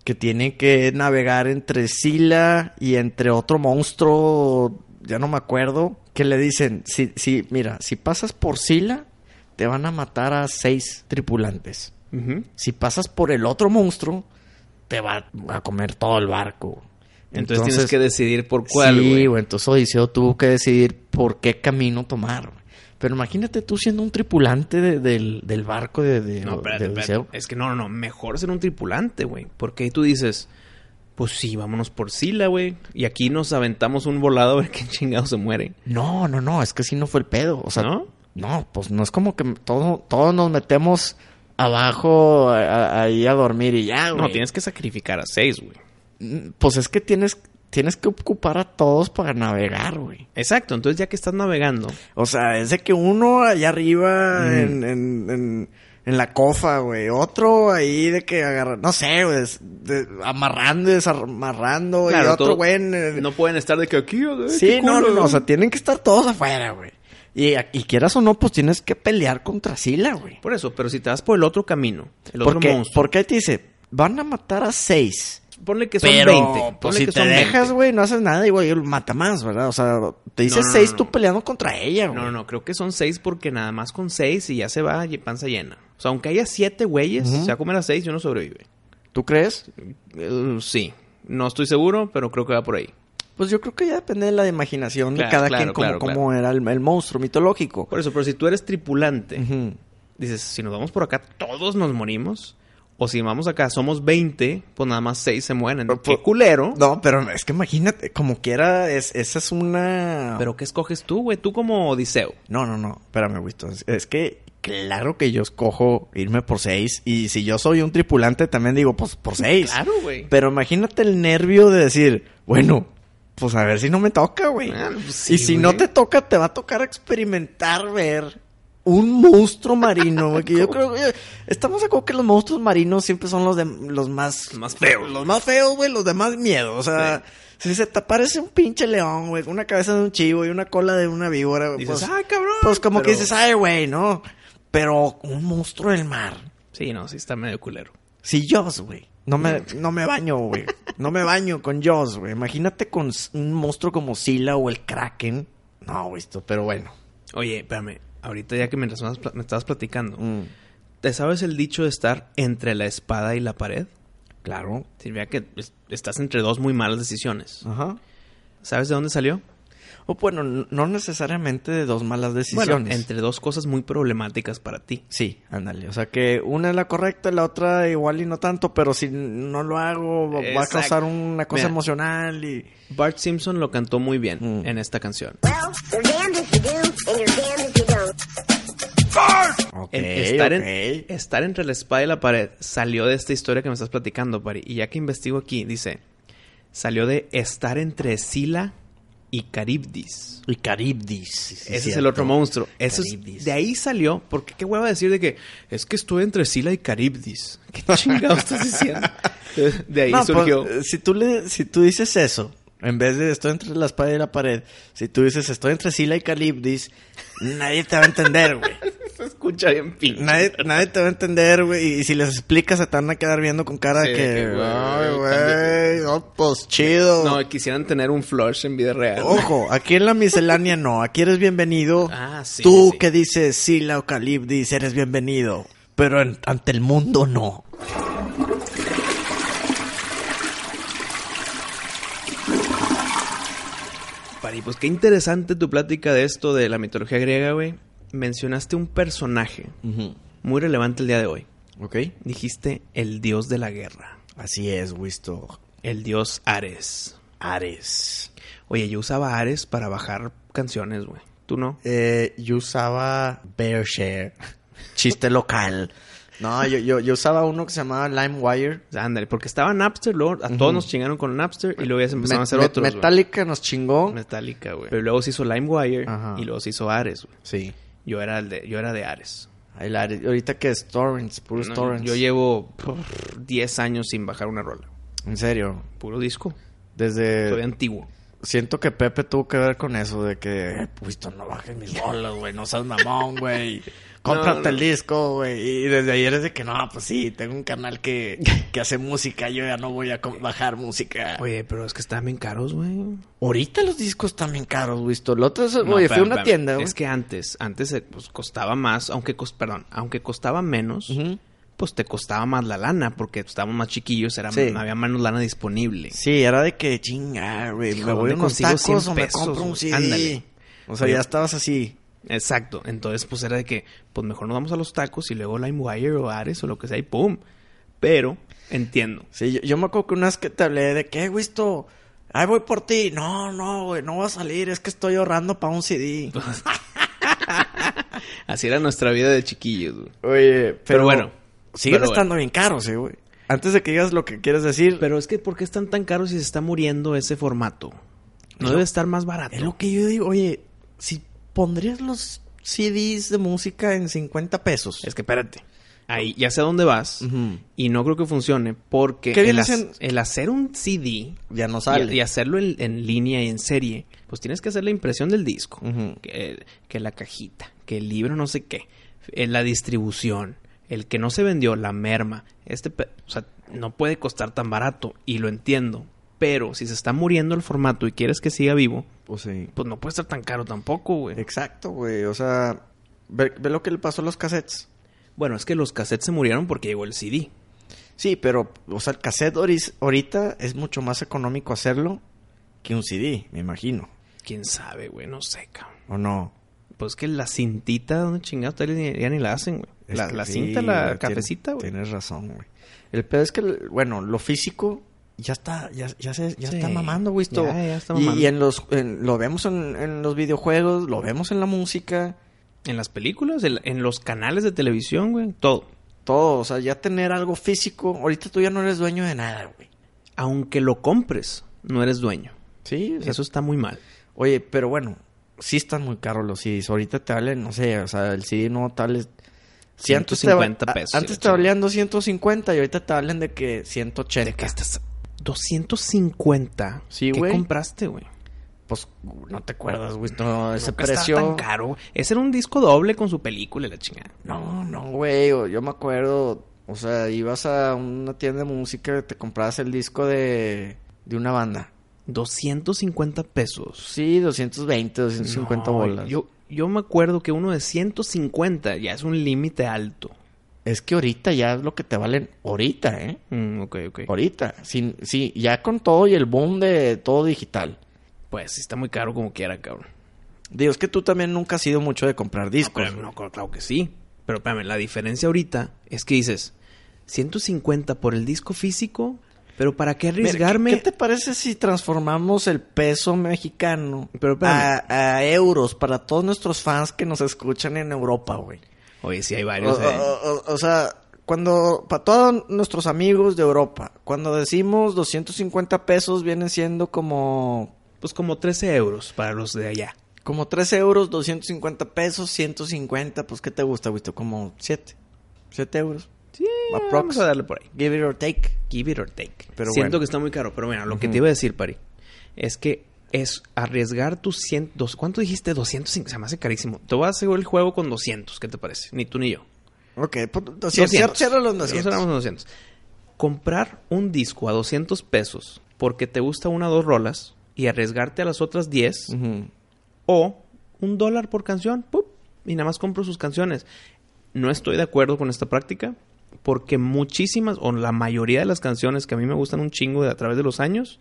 Que tiene que navegar entre Sila y entre otro monstruo, ya no me acuerdo. Que le dicen, si, si, mira, si pasas por Sila, te van a matar a seis tripulantes.
Ujú.
Si pasas por el otro monstruo, te va a comer todo el barco.
Entonces, tienes que decidir por cuál,
Sí,
güey.
güey, entonces Odiseo tuvo que decidir por qué camino tomar. güey. Pero imagínate tú siendo un tripulante de- del, del barco de, de-
No, espérate,
de
espérate.
Odiseo.
Es que no, no, no. Mejor ser un tripulante, güey. Porque ahí tú dices, pues sí, vámonos por Sila, güey. Y aquí nos aventamos un volado a ver qué chingado se muere.
No, no, no, es que sí no fue el pedo. O sea,
¿No?
¿No? pues no es como que todo, todos nos metemos abajo a- a- ahí a dormir y ya, Ah, güey.
No, tienes que sacrificar a seis, güey.
Mm, Pues es que tienes, tienes que ocupar a todos para navegar, güey.
Exacto, entonces ya que estás navegando,
O sea, es de que uno allá arriba
Mm.
en, en, en, en la cofa, güey. Otro ahí de que agarra, no sé, güey, des- de- amarrando y desamarrando. y
Claro,
otro
todo-
güey en el-
no pueden estar de que aquí, eh,
sí,
qué
no,
culo,
no, no,
eh.
o sea, tienen que estar todos afuera, güey. Y, y quieras o no, pues tienes que pelear contra Sila, güey.
Por eso, pero si te vas por el otro camino, Pues, el otro
Porque,
monstruo,
porque ahí te dice, van a matar a seis.
ponle que son
Pero,
20.
pues,
ponle
si
que
te
son 20.
dejas, güey, no haces nada, igual él mata más, ¿verdad? O sea, te dice
No, no, no,
seis
no.
tú peleando contra ella, güey.
No, no, no, creo que son 6 porque nada más con 6 y ya se va lle- panza llena. O sea, aunque haya 7 güeyes,
Ujú.
se va a comer a 6 y uno sobrevive.
¿Tú crees?
Eh, sí, no estoy seguro, pero creo que va por ahí.
Pues yo creo que ya depende de la imaginación
Claro,
de cada
claro,
quien, como,
claro,
como era el, el monstruo mitológico.
Por eso, pero si tú eres tripulante,
Ujú.
dices, si nos vamos por acá, todos nos morimos. O si vamos acá, somos 20, pues nada más 6 se mueren.
Pero,
Qué
pues,
culero.
No, pero es que imagínate, como quiera, es, esa es una...
Pero ¿qué escoges tú, güey? Tú como Odiseo.
No, no, no, espérame, Winston. Es que claro que yo escojo irme por seis. Y si yo soy un tripulante, también digo, pues por seis.
Claro, güey.
Pero imagínate el nervio de decir, bueno, pues a ver si no me toca, güey.
Ah, pues sí,
y si
güey.
no te toca, te va a tocar experimentar, ver un monstruo marino, güey. que yo creo que estamos de acuerdo que los monstruos marinos siempre son los de los más,
Más feos.
Los más feos, güey, los de más miedo. O sea, si se te aparece un pinche león, güey, con una cabeza de un chivo y una cola de una víbora, güey,
Dices,
pues,
"Ay, cabrón",
Pues como que
pero-
dices, ay, güey, no. Pero un monstruo del mar.
Sí, no, sí está medio culero.
Sí, Jaws, güey. No
Mm.
me, no me baño, güey. No me baño con Jaws, güey. Imagínate con s- un monstruo como Sila o el Kraken. No, güey, esto, pero bueno.
Oye, espérame. Ahorita ya que mientras más pla- me estabas platicando,
Mm,
¿te sabes el dicho de estar entre la espada y la pared?
claro.
Significa que es- estás entre dos muy malas decisiones.
Ajá.
¿Sabes de dónde salió?
O bueno, n- no necesariamente de dos malas decisiones.
Bueno, entre dos cosas muy problemáticas para ti.
Sí, ándale. O sea que una es la correcta, la otra igual y no tanto, pero si no lo hago va a
Exacto.
causar una cosa
Mira.
emocional y...
Bart Simpson lo cantó muy bien
Mm.
en esta canción.
Well, you're damned if you do, and you're damned if you don't.
Ok,
El estar, en-
ok.
estar entre la espada y la pared salió de esta historia que me estás platicando, Pari. Y ya que investigo aquí, dice, salió de estar entre Sila y Caribdis.
Y Caribdis. sí, sí,
Ese es el
cierto.
otro monstruo. Eso es-
Caribdis.
de ahí salió, porque qué hueva decir de que es que estuve entre Sila y Caribdis. ¿Qué chingados estás diciendo? Entonces, De ahí
No, pues,
surgió.
eh, si, tú le, si tú dices eso, en vez de estoy entre la espada y la pared, si tú dices estoy entre Sila y Calibdis, nadie te va a entender, güey.
Se escucha bien pinche.
Nadie, nadie te va a entender, güey. Y si les explicas, se te van a quedar viendo con cara
Sí,
de
de
que,
que, güey,
ay,
cámbiate".
güey, no, pues chido.
No, quisieran tener un flush en vida real.
Ojo, aquí en la miscelánea no. Aquí eres bienvenido.
Ah, sí,
tú
sí.
que dices Sila o Calibdis, eres bienvenido. Pero en- ante el mundo no.
Pari, pues qué interesante tu plática de esto de la mitología griega, güey. Mencionaste un personaje muy relevante el día de hoy.
Ok.
Dijiste el dios de la guerra,
Así es, Wisto.
el dios Ares.
Ares.
Oye, yo usaba Ares para bajar canciones, güey. ¿Tú no?
Eh, yo usaba Bearshare. Chiste local. No, yo, yo, yo usaba uno que se llamaba LimeWire.
O sea, ándale, porque estaba Napster, luego a todos nos chingaron con Napster y luego ya se empezaron
Me-
a hacer
me-
otros. güey.
Metallica nos chingó.
Metallica, güey. Pero luego se hizo LimeWire
Ajá.
y luego se hizo Ares, güey.
Sí.
Yo era el de, yo era de Ares.
El Ares. Ahorita que es Torrents, puros
No,
Torrents.
yo llevo puf, 10 años sin bajar una rola.
En serio.
Puro disco.
Desde.
Todavía antiguo.
Siento que Pepe tuvo que ver con eso de que, pues no bajes mis rolas, güey, no seas mamón, güey. Cómprate
No, no.
el disco, güey. Y desde ayer es de que, no, pues sí, tengo un canal que, que hace música, yo ya no voy a com- bajar música.
Oye, pero es que están bien caros, güey.
Ahorita los discos están bien caros, güey. Esto, Lo otro es, oye, fui a
espérame,
una
espérame.
tienda, güey.
Es que antes, antes eh, pues, costaba más, aunque cos- perdón, aunque costaba menos,
Ujú.
pues te costaba más la lana, porque estábamos más chiquillos, era,
Sí.
había menos lana disponible.
Sí, era de que, chinga, güey,
Hijo,
me voy
¿dónde
a unos
consigo
tacos
100
o me
pesos,
compro un
güey?
CD.
Ándale.
O sea, ya estabas así.
Exacto. Entonces, pues era de que, pues mejor nos vamos a los tacos y luego LimeWire o Ares o lo que sea y ¡pum! Pero, entiendo.
Sí, yo, yo me acuerdo que una vez que te hablé de que, güey, esto, ahí voy por ti. No, no, güey, no va a salir, es que estoy ahorrando para un CD.
Así era nuestra vida de chiquillos, güey.
Oye, pero,
bueno,
Siguen
pero
estando bien caros, eh, güey. Antes de que digas lo que quieres decir,
Pero es que, ¿por qué están tan caros si se está muriendo ese formato? No debe estar más barato.
es lo que yo digo, oye, si pondrías los CDs de música en 50 pesos.
Es que espérate. Ahí, ya sé a dónde vas.
Ujú.
Y no creo que funcione porque
¿Qué
el,
viene
ha-
siendo?
el hacer un CD
Ya no
y, y hacerlo en, en línea y en serie, pues tienes que hacer la impresión del disco,
Ujú.
que, que la cajita, que el libro no sé qué, eh, la distribución, el que no se vendió, la merma. Este, pe- o sea, no puede costar tan barato y lo entiendo. Pero si se está muriendo el formato y quieres que siga vivo,
O sea,
pues no puede estar tan caro tampoco, güey.
exacto, güey. O sea, ve, ve lo que le pasó a los cassettes.
Bueno, es que los cassettes se murieron porque llegó el CD.
Sí, pero, o sea, el cassette oris- ahorita es mucho más económico hacerlo que un CD, me imagino.
¿Quién sabe, güey? No sé, cabrón.
¿O no?
Pues que la cintita, ¿dónde chingados? Ya ni- ya ni la hacen, güey.
Es
La,
que
la
sí,
cinta,
güey,
la
tien-
cafecita, güey.
Tienes razón, güey. El pedo es que, bueno, lo físico ya está, ya, ya se, ya
Sí.
está mamando, güey. esto.
Ya, ya está
Y-
mamando.
Y, en los, en- lo vemos en, en los videojuegos, lo vemos en la música,
En las películas, en, en los canales de televisión, güey, todo.
todo. O sea, ya tener algo físico. Ahorita tú ya no eres dueño de nada, güey.
Aunque lo compres, no eres dueño.
Sí, o sea,
Eso está muy mal.
Oye, pero bueno, sí están muy caros los CDs. Ahorita te valen, no sé, o sea, el CD no tal es... Si antes te va-
150
a-
pesos,
Antes
la
te
chingada.
valían 250 y ahorita te valen de que 180.
¿De qué estás? 250.
Sí,
¿Qué
güey.
compraste, güey?
Pues no te acuerdas, güey. No, ese
Nunca
precio...
estaba tan caro. güey. Ese era un disco doble con su película, y la chingada.
No, no, güey. o- Yo me acuerdo, o sea, ibas a una tienda de música, te comprabas el disco de, de una banda. Pues
250 pesos.
Sí, 220, 250
No,
bolas.
Yo, yo me acuerdo que uno de 150 ya es un límite alto.
Es que ahorita ya es lo que te valen ahorita, ¿eh?
Mm, ok, ok.
Ahorita, sin, sí, ya con todo y el boom de todo digital.
Pues sí está muy caro como quiera, cabrón.
Digo, es que tú también nunca has sido mucho de comprar
No,
discos.
pero no, claro, claro que sí. Pero espérame, la diferencia ahorita es que dices 150 por el disco físico, pero ¿para qué
Mira,
arriesgarme?
¿qué, qué te parece si transformamos el peso mexicano
Pero espérame.
a, a euros para todos nuestros fans que nos escuchan en Europa, güey?
Oye, sí hay
O,
varios. eh.
o- o- o sea, cuando, para todos nuestros amigos de Europa, cuando decimos 250 pesos vienen siendo como,
Pues como 13 euros para los de allá.
como 3 euros, 250 pesos, 150, pues ¿qué te gusta, güey? Como 7, 7 euros.
Sí,
Aprox.
vamos a darle por ahí.
Give it or take.
Give it or take.
Pero
Siento
bueno.
que está muy caro, pero bueno, lo que
Ujú.
te iba a decir, Pari, es que es arriesgar tus 100... dos- ¿Cuánto dijiste? 250. Se me hace carísimo. Te voy a hacer el juego con 200, ¿qué te parece? Ni tú ni yo.
Ok, pues, 200. Cierra, cierra los 200.
Cerramos los 200. Comprar un disco a 200 pesos porque te gusta una o dos rolas y arriesgarte a las otras 10
Ujú.
o un dólar por canción ¡pup! y nada más compro sus canciones. No estoy de acuerdo con esta práctica porque muchísimas o la mayoría de las canciones que a mí me gustan un chingo de, a través de los años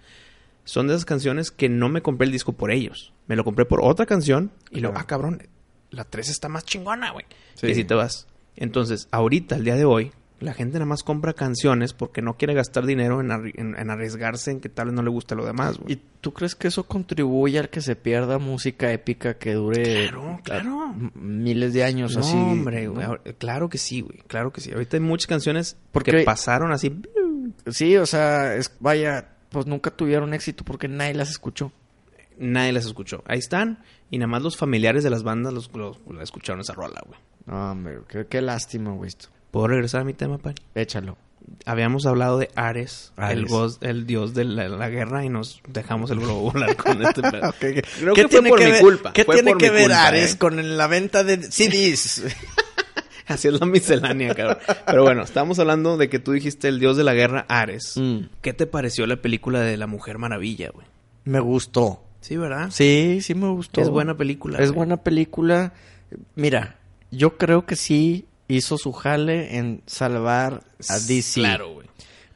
son de esas canciones que no me compré el disco por ellos. Me lo compré por otra canción y luego,
Claro.
ah, cabrón, la 3 está más chingona, güey.
Sí.
Y si te vas. Entonces, ahorita, al día de hoy, la gente nada más compra canciones porque no quiere gastar dinero en, arri- en- en arriesgarse en que tal vez no le gusta lo demás, güey.
¿Y tú crees que eso contribuye al que se pierda música épica que dure
Claro, claro.
m- miles de años
No,
así?
hombre, güey.
¿no?
ahor- Claro que sí, güey. Claro que sí. Ahorita hay muchas canciones
Porque-
porque pasaron así.
Sí, o sea, es, vaya, pues nunca tuvieron éxito porque nadie las escuchó.
Nadie las escuchó. Ahí están. Y nada más los familiares de las bandas los, los- la escucharon esa rola, güey.
No, hombre, qué, qué lástima, güey, esto.
¿Puedo regresar a mi tema, Pari?
Échalo.
Habíamos hablado de Ares,
Ares.
El, gos- el dios de la, la guerra, y nos dejamos el globo volar con este pedo. Creo
¿Qué
que fue por mi
ver,
culpa.
¿Qué
Fue
tiene
por
que
mi
ver
culpa,
Ares
eh.
con la venta de CDs?
Así es la miscelánea, cabrón. Pero bueno, estábamos hablando de que tú dijiste el dios de la guerra, Ares.
Mm.
¿Qué te pareció la película de La Mujer Maravilla, güey?
me gustó.
Sí, ¿verdad?
Sí, sí me gustó.
Es buena película,
Es
güey.
buena película. Mira, yo creo que sí hizo su jale en salvar a DC.
Claro, güey.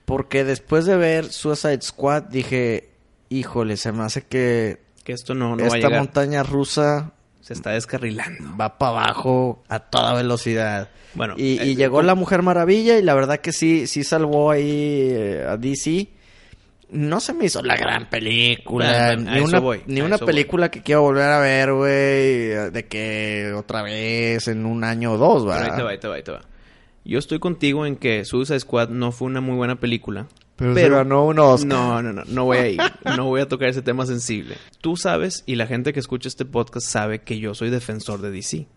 Porque después de ver Suicide Squad dije, híjole, se me hace que
Que esto no, no va a
esta
llegar.
montaña rusa
Se está descarrilando.
va para abajo a toda velocidad.
Bueno,
y,
eh,
y llegó la Mujer Maravilla y la verdad que sí, sí salvó ahí eh, a DC. No se me hizo la gran película,
Bueno, Ah, a
ni
eso
una,
voy,
ni
a
una
eso
película que quiero volver a ver, güey, de que otra vez en un año o dos,
Pero ahí te va,
¿va?
ahí te va, ahí te va. Yo estoy contigo en que Suicide Squad no fue una muy buena película.
Pero se ganó un Oscar.
No, no, no. No voy a ir. No voy a tocar ese tema sensible. Tú sabes, y la gente que escucha este podcast sabe que yo soy defensor de DC.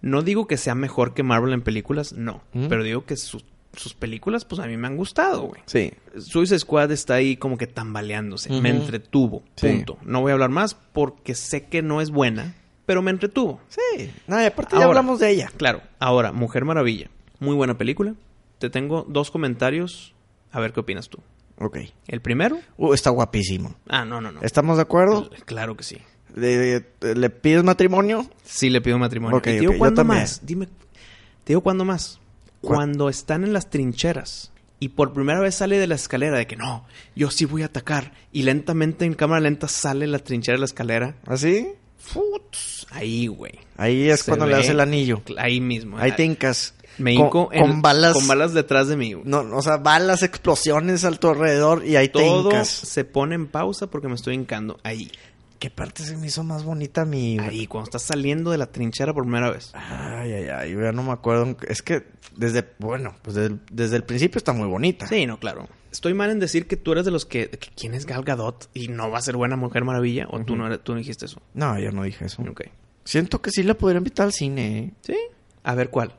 No digo que sea mejor que Marvel en películas, no.
¿Mm?
Pero digo que su- sus películas, pues a mí me han gustado, güey.
Sí.
Suicide Squad está ahí como que tambaleándose. Me
Ujú.
entretuvo.
Sí.
Punto. No voy a hablar más porque sé que no es buena, pero me entretuvo.
Sí. No, y aparte ya
Ahora.
hablamos de ella.
Claro. Ahora, Mujer Maravilla. Muy buena película. Te tengo dos comentarios. A ver qué opinas tú.
Ok.
El primero.
Uh, está guapísimo.
Ah, no, no, no.
¿Estamos de acuerdo?
Claro que sí.
¿Le, le pides matrimonio?
Sí le pido matrimonio.
Ok,
Y te digo
ok, yo
cuándo
también.
más. Dime. Te digo cuándo más.
¿Cuá-
Cuando están en las trincheras y por primera vez sale de la escalera de que no, yo sí voy a atacar y lentamente en cámara lenta sale la trinchera de la escalera.
¿Así?
Futs, ahí, güey.
Ahí es
Se
cuando le
ve.
das el anillo.
Ahí mismo.
Ahí te hincas.
Me
con-
hinco en-
con balas-
con balas detrás de mí. güey.
No, o sea, balas, explosiones a tu alrededor y ahí te
Todo
hincas.
se pone en pausa porque me estoy hincando ahí.
¿Qué parte se me hizo más bonita mi...
Ahí, cuando estás saliendo de la trinchera por primera vez.
Ay, ay, ay, yo ya no me acuerdo. en- Es que desde, bueno, pues desde, desde el principio está muy bonita.
Sí, no, claro. Estoy mal en decir que tú eres de los que, que quién es Gal Gadot y no va a ser buena Mujer Maravilla o tú no eres- tú no dijiste eso.
No, yo no dije eso.
Ok.
Siento que sí la podría invitar al cine, ¿eh?
Sí. A ver cuál.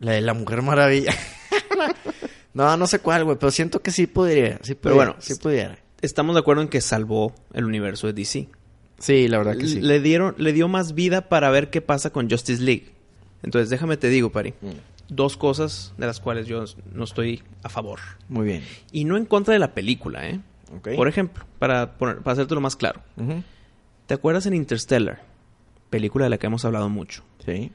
La de la Mujer Maravilla. no, no sé cuál, güey, pero siento que sí podría. Sí
Pero
pudiera,
bueno,
sí pudiera.
Estamos de acuerdo en que salvó el universo de DC.
Sí, la verdad que sí.
Le dieron le dio más vida para ver qué pasa con Justice League. Entonces, déjame te digo, Pari,
Mm.
dos cosas de las cuales yo no estoy a favor
Muy bien.
y no en contra de la película, ¿eh?
Ok.
Por ejemplo, para poner, para hacértelo más claro.
Ujú.
¿Te acuerdas en Interstellar? Película de la que hemos hablado mucho.
Sí.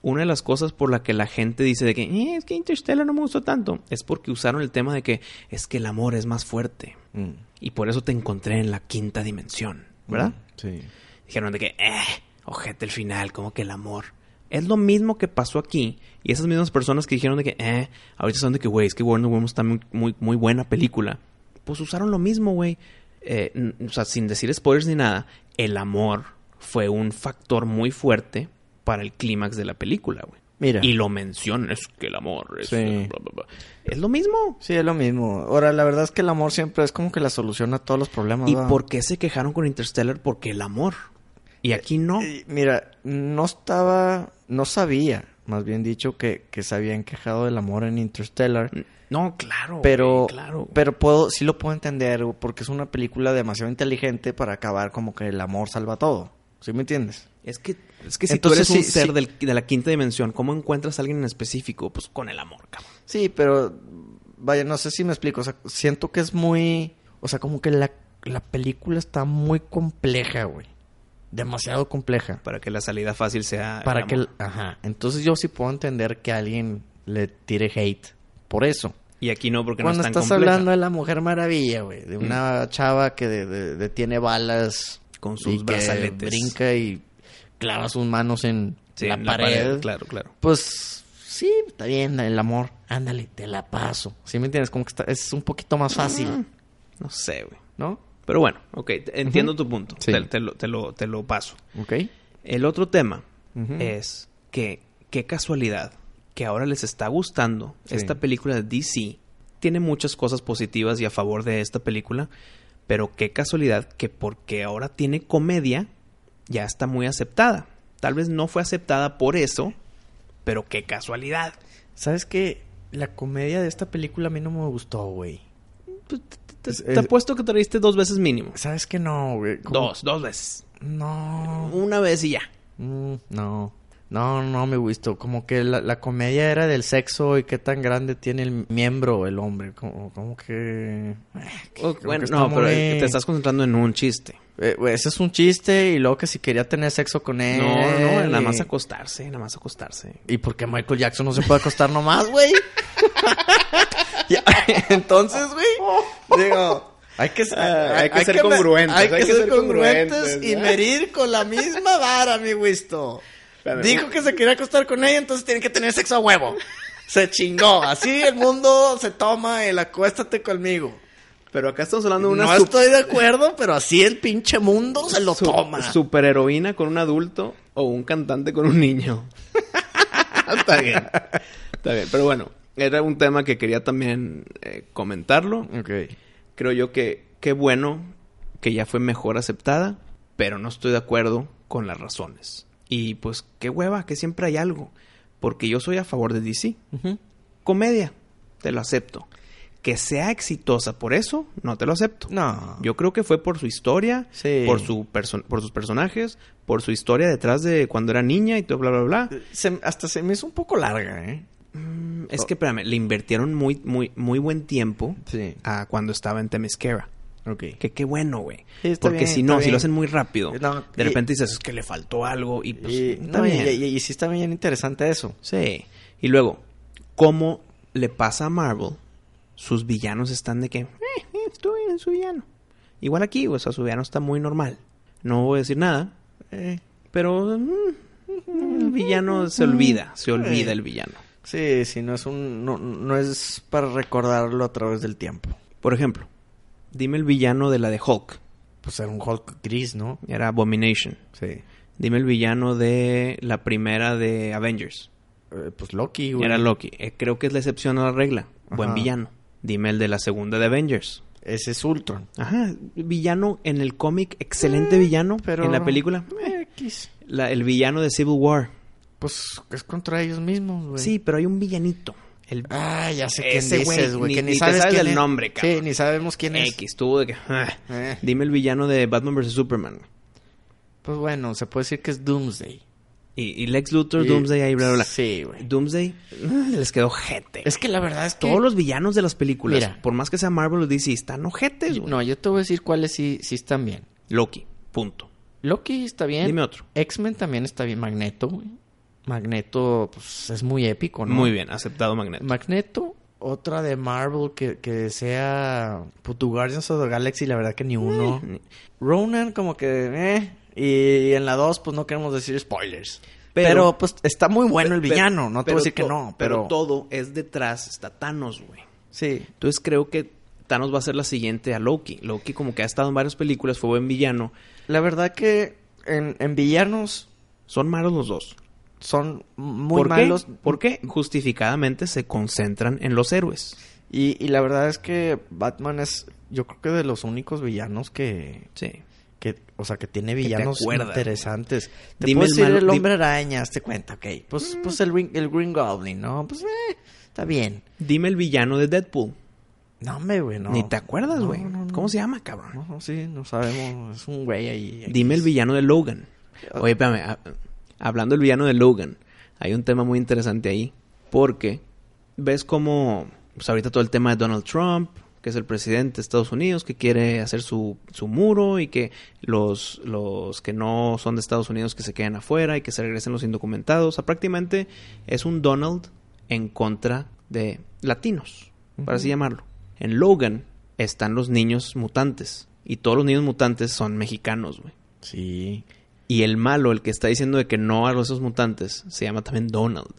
una de las cosas por la que la gente dice de que "Eh, es que Interstellar no me gustó tanto es porque usaron el tema de que es que el amor es más fuerte
Mm.
y por eso te encontré en la quinta dimensión, ¿verdad?
Mm. Sí.
Dijeron de que, eh, ojete el final, como que el amor. Es lo mismo que pasó aquí. Y esas mismas personas que dijeron de que, eh, ahorita son de que, güey, es que Wonder Woman está muy, muy, muy buena película. Pues usaron lo mismo, güey. Eh, n- o sea, sin decir spoilers ni nada, el amor fue un factor muy fuerte para el clímax de la película, güey.
Mira.
Y lo mencionan, es que el amor es...
Sí.
bla, bla, bla. Es lo mismo.
Sí, es lo mismo. Ahora, la verdad es que el amor siempre es como que la solución a todos los problemas.
¿Y
¿verdad?
por qué se quejaron con Interstellar? Porque el amor. Y aquí no.
Eh, Mira, no estaba, no sabía, más bien dicho, que, que se habían quejado del amor en Interstellar.
No, claro.
Pero,
güey, claro.
pero puedo, sí lo puedo entender, güey, porque es una película demasiado inteligente para acabar como que el amor salva todo. ¿Sí me entiendes?
Es que, es que si
Entonces,
tú eres un
sí,
ser
sí.
del- de la quinta dimensión, ¿cómo encuentras a alguien en específico? Pues con el amor, cabrón.
Sí, pero vaya, no sé si me explico. O sea, siento que es muy. O sea, como que la, la película está muy compleja, güey. Demasiado compleja.
Para que la salida fácil sea. el
Para que.
amor.
el- Ajá. Entonces yo sí puedo entender que alguien le tire hate. Por eso.
Y aquí no, porque
Cuando
no es tan
estás
compleja.
hablando de la Mujer Maravilla, güey. De una chava que de- de- detiene balas.
Con sus
y que
brazaletes.
brinca y clava sus manos en
Sí,
la,
en
pared.
Claro, claro.
Pues sí, está bien, el amor. Ándale, te la paso. ¿Sí me entiendes? Como que está- es un poquito más fácil,
No sé, güey.
¿no?
Pero bueno, ok, te- entiendo tu punto.
Sí.
Te, te lo, te, lo, te lo paso.
Ok.
El otro tema
Ujú.
es que, qué casualidad, que ahora les está gustando
Sí.
esta película de DC. Tiene muchas cosas positivas y a favor de esta película, pero qué casualidad que porque ahora tiene comedia, ya está muy aceptada. Tal vez no fue aceptada por eso, pero qué casualidad.
¿Sabes qué? La comedia de esta película a mí no me gustó, güey.
Pues, te- Te,
Es-
te
es-
apuesto que te reíste dos veces mínimo.
¿Sabes qué no, güey? Como-
Dos, dos veces.
No.
Una vez y ya.
Mm, no. No, no me gustó. Como que la, la comedia era del sexo y qué tan grande tiene el miembro el hombre. Como, como que... Creo que
bueno,
está
no, pero
muy-
es que te estás concentrando en un chiste.
Eh, güey, ese es un chiste y luego que si quería tener sexo con él.
No, no, nada más
y-
acostarse, nada más acostarse.
¿Y por qué Michael Jackson no se puede acostar nomás, güey? Ya, Entonces, güey, digo, hay que, ser-
Ah, hay que ser
me-
congruentes,
Hay que, ser congruentes,
congruentes,
y
¿no?
medir con la misma vara, mi Wisto.
Espérame,
Dijo que se quería acostar con ella, entonces tiene que tener sexo a huevo. Se chingó. Así el mundo se toma el acuéstate conmigo.
Pero acá estamos hablando de una
No
sup-
estoy de acuerdo, pero así el pinche mundo se lo
su-
toma.
superheroína con un adulto o un cantante con un niño. Está bien. Está bien. Pero bueno, era un tema que quería también eh, comentarlo.
Ok.
Creo yo que qué bueno que ya fue mejor aceptada, pero no estoy de acuerdo con las razones. Y pues qué hueva, que siempre hay algo. Porque yo soy a favor de DC. Comedia, te lo acepto. Que sea exitosa por eso, no te lo acepto.
No.
Yo creo que fue por su historia,
Sí.
por, su perso- por sus personajes, por su historia detrás de cuando era niña y todo, bla, bla, bla.
Se- hasta se me hizo un poco larga, ¿eh?
Mm, Es que, espérame, le invirtieron muy, muy, muy buen tiempo
Sí. Ah,
a cuando estaba en Temesquera.
Ok.
Que qué bueno, güey.
Sí, está
Porque
bien,
si
está
no, si
bien.
lo hacen muy rápido,
No,
de
y-
repente dices, es que le faltó algo y pues...
y,
está
no, y-
bien.
y- y sí está bien interesante eso.
Sí. Y luego, ¿cómo le pasa a Marvel? Sus villanos están de que, eh, eh, estuvo bien su villano. Igual aquí, o sea, su villano está muy normal. No voy a decir nada, eh, pero mm, mm, el villano se olvida, se olvida el villano.
Sí, sí, no es un, no, no es para recordarlo a través del tiempo.
Por ejemplo, dime el villano de la de Hulk.
Pues era un Hulk gris, ¿no?
Era Abomination.
Sí. Eh,
Dime el villano de la primera de Avengers.
Eh, pues Loki, güey.
Era Loki. Eh, creo que es la excepción a la regla. Buen
Ajá.
villano. Dime el de la segunda de Avengers.
Ese es Ultron.
Ajá, villano en el cómic, excelente villano,
Eh, pero-
en la película. Eh,
X.
La- el villano de Civil War.
Pues es contra ellos mismos, güey.
Sí, pero hay un villanito. El
Ah, ya sé quién
Ese güey,
dices, güey.
ni-
que ni,
ni te
sabes,
sabes
quién
el
es.
nombre,
Sí,
cabrón.
ni sabemos quién es.
X, tuvo de que... ah.
Eh.
Dime el villano de Batman vs. Superman.
Pues bueno, se puede decir que es Doomsday.
Y, y Lex Luthor,
Y-
Doomsday, ahí bla, bla, bla.
Sí, güey.
Doomsday, ah, les quedó gente.
Es que la verdad es que...
Todos los villanos de las películas,
Mira.
por más que sea Marvel o DC, están ojetes, güey.
No, yo te voy a decir cuáles sí, sí están bien.
Loki, punto.
Loki está bien.
Dime otro.
X-Men también está bien. Magneto, güey. Magneto, pues es muy épico, ¿no?
Muy bien, aceptado Magneto.
Magneto, otra de Marvel que, que sea Putu Guardians of the Galaxy, la verdad que ni uno.
Eh, ni-
Ronan, como que, eh. Y en la 2, pues no queremos decir spoilers.
Pero-
Pero, pues está muy bueno el
Pero-
villano, no te
pero
voy a decir que
to-
no, pero.
todo es detrás, está Thanos, güey.
sí.
Entonces creo que Thanos va a ser la siguiente a Loki. Loki como que ha estado en varias películas, fue buen villano.
La verdad que en, en villanos
Son malos los dos.
son muy
¿Por qué?
malos.
¿Por qué? Justificadamente se concentran en los héroes.
Y, y la verdad es que Batman es, yo creo que de los únicos villanos que,
Sí.
que o sea, que tiene villanos
acuerdas.
interesantes. Te
Dime Mm.
puedo
el
decir
malo-
el
di-
hombre araña, te cuenta, ok. Pues, pues el, Green- el Green Goblin, ¿no? Pues eh, está bien.
Dime el villano de Deadpool.
No, hombre, güey, no.
Ni te acuerdas,
No,
güey.
no, no.
¿Cómo se llama, cabrón?
No, no, sí, no sabemos. Es un güey ahí.
Dime el villano de Logan. Oye, espérame. ha- Hablando del villano de Logan, hay un tema muy interesante ahí. Porque ves como, pues ahorita todo el tema de Donald Trump, que es el presidente de Estados Unidos, que quiere hacer su, su muro y que los, los que no son de Estados Unidos que se queden afuera y que se regresen los indocumentados. O sea, prácticamente es un Donald en contra de latinos, para así llamarlo. En Logan están los niños mutantes. Y todos los niños mutantes son mexicanos, güey.
Sí.
Y el malo, el que está diciendo de que no a los esos mutantes, se llama también Donald.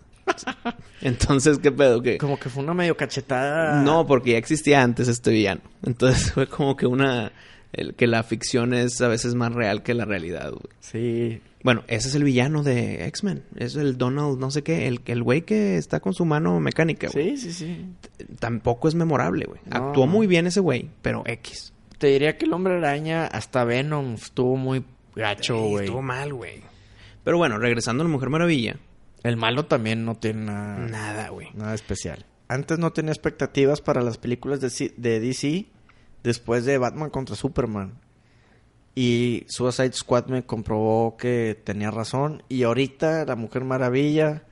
Entonces, ¿qué pedo? que
Como que fue una medio cachetada.
No, porque ya existía antes este villano. Entonces fue como que una... el- que la ficción es a veces más real que la realidad, güey.
Sí.
Bueno, ese es el villano de X-Men. Es el Donald, no sé qué, el el güey que está con su mano mecánica, güey.
Sí, sí, sí.
Tampoco es memorable, güey.
No.
Actuó muy bien ese güey, pero X.
Te diría que el hombre araña, hasta Venom, estuvo muy gacho,
Sí,
güey.
Estuvo mal, güey. Pero bueno, regresando a la Mujer Maravilla.
El malo también no tiene nada,
Nada, güey.
nada especial. Antes no tenía expectativas para las películas de, C- de DC después de Batman contra Superman. Y Suicide Squad me comprobó que tenía razón. Y ahorita la Mujer Maravilla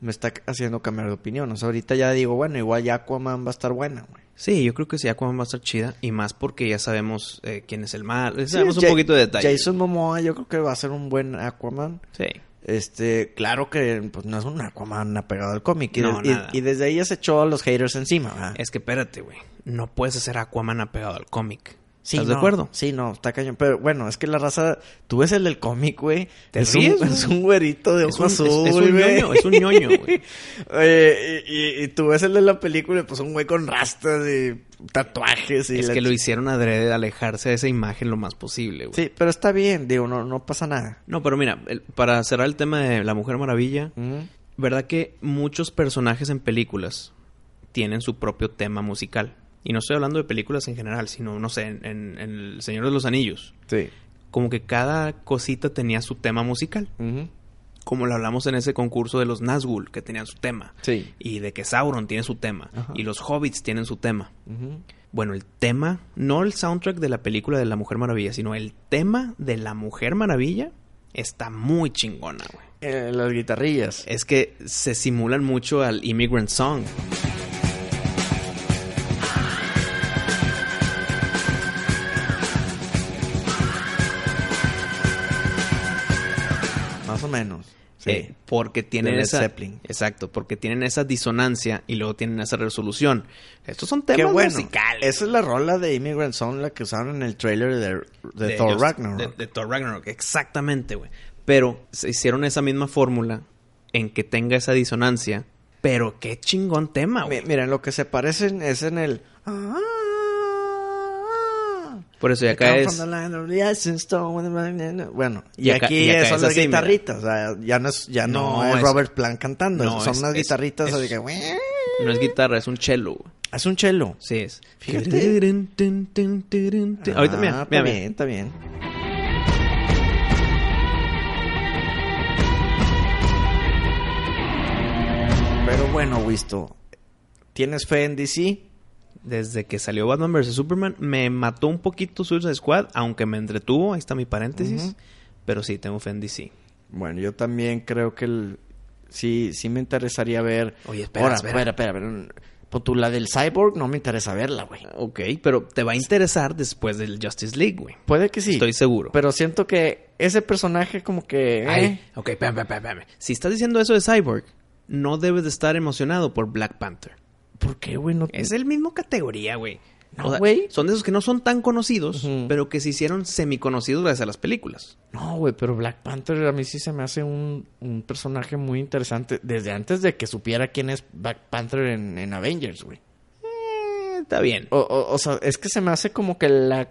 me está haciendo cambiar de opinión. O sea, ahorita ya digo, bueno, igual ya Aquaman va a estar buena, güey.
Sí, yo creo que sí, Aquaman va a estar chida. Y más porque ya sabemos eh, quién es el mal.
Sí,
sabemos un
Ja-
poquito de detalle.
Jason Momoa yo creo que va a ser un buen Aquaman.
Sí.
Este, claro que pues, no es un Aquaman apegado al cómic. Y,
No,
de- y-
nada.
y desde ahí ya se echó a los haters encima, ¿verdad?
Es que espérate, güey. No puedes hacer Aquaman apegado al cómic.
Sí,
¿Estás de
no.
acuerdo?
Sí, no, está cañón. Pero bueno, es que la raza. Tú ves el del cómic, güey.
Te
es,
ríes,
un,
güey.
es un güerito de
Es
ojo
un- es-
azul.
es un
güey.
ñoño, es un ñoño, güey.
Oye, y, y- y tú ves el de la película, y, pues un güey con rastas y tatuajes y
es
la
que lo
ch-
hicieron adrede de alejarse de esa imagen lo más posible, güey.
Sí, pero está bien, digo, no, no pasa nada.
No, pero mira, el- para cerrar el tema de la Mujer Maravilla,
Ujú.
¿verdad que muchos personajes en películas tienen su propio tema musical? Y no estoy hablando de películas en general, sino, no sé, en- en- en El Señor de los Anillos.
Sí.
Como que cada cosita tenía su tema musical.
Ujú.
como lo hablamos en ese concurso de los Nazgûl, que tenían su tema.
Sí.
Y de que Sauron tiene su tema.
Ajá.
Y los hobbits tienen su tema.
Ujú.
Bueno, el tema, no el soundtrack de la película de La Mujer Maravilla, sino el tema de La Mujer Maravilla está muy chingona, güey.
Eh, las guitarrillas.
Es que se simulan mucho al Immigrant Song.
Más o menos. Sí.
Eh, porque tienen
De Led
esa.
Zeppelin.
Exacto, porque tienen esa disonancia y luego tienen esa resolución. Estos son
Qué
temas
bueno.
musicales.
Esa es la rola de Immigrant Song, la que usaron en el trailer de, de, Thor
ellos-
Ragnarok.
De, de Thor Ragnarok, exactamente, güey. Pero se hicieron esa misma fórmula en que tenga esa disonancia, Pero qué chingón tema,
Mi-
güey.
Miren, lo que se parecen es en el. "Ah,
Por eso ya
I
acá
come
es.
from the land of the ancient stone. Bueno, y,
Y acá-
aquí
y acá
son las
es así, mira.
guitarritas. O sea, ya no es, ya no,
No,
es
es-
Robert Plant cantando.
no,
son
es-
unas
es-
guitarritas
es-
así que. "Wee".
No es guitarra, es un cello, güey.
Es un chelo.
Sí es.
Fíjate.
Tiririn, tin, tin, tiririn, tin. Ahorita mira,
Ah, está
mira, mira.
bien, está bien. Pero bueno, Wisto, ¿tienes fe en DC?
Desde que salió Batman vs. Superman, me mató un poquito Suicide Squad, aunque me entretuvo, ahí está mi paréntesis.
Ujú.
Pero sí, tengo fe en DC.
Bueno, yo también creo que el- sí, sí me interesaría ver.
Oye, espera,
Ahora, espera,
espera.
espera, espera. Pues tú, la del Cyborg no me interesa verla, güey.
Ah, Ok, pero te va a interesar después del Justice League, güey.
Puede que sí.
Estoy seguro.
Pero siento que ese personaje como que... eh,
Ay, ok, espérame, espérame, espérame. Si estás diciendo eso de Cyborg, no debes de estar emocionado por Black Panther.
¿Por qué, güey? No,
Es el mismo categoría, güey.
No, güey.
son de esos que no son tan conocidos,
Ujú.
pero que se hicieron semiconocidos gracias a las películas.
no, güey, pero Black Panther a mí sí se me hace un, un personaje muy interesante. Desde antes de que supiera quién es Black Panther en, en Avengers, güey.
Eh, está bien.
O, o- o sea, es que se me hace como que la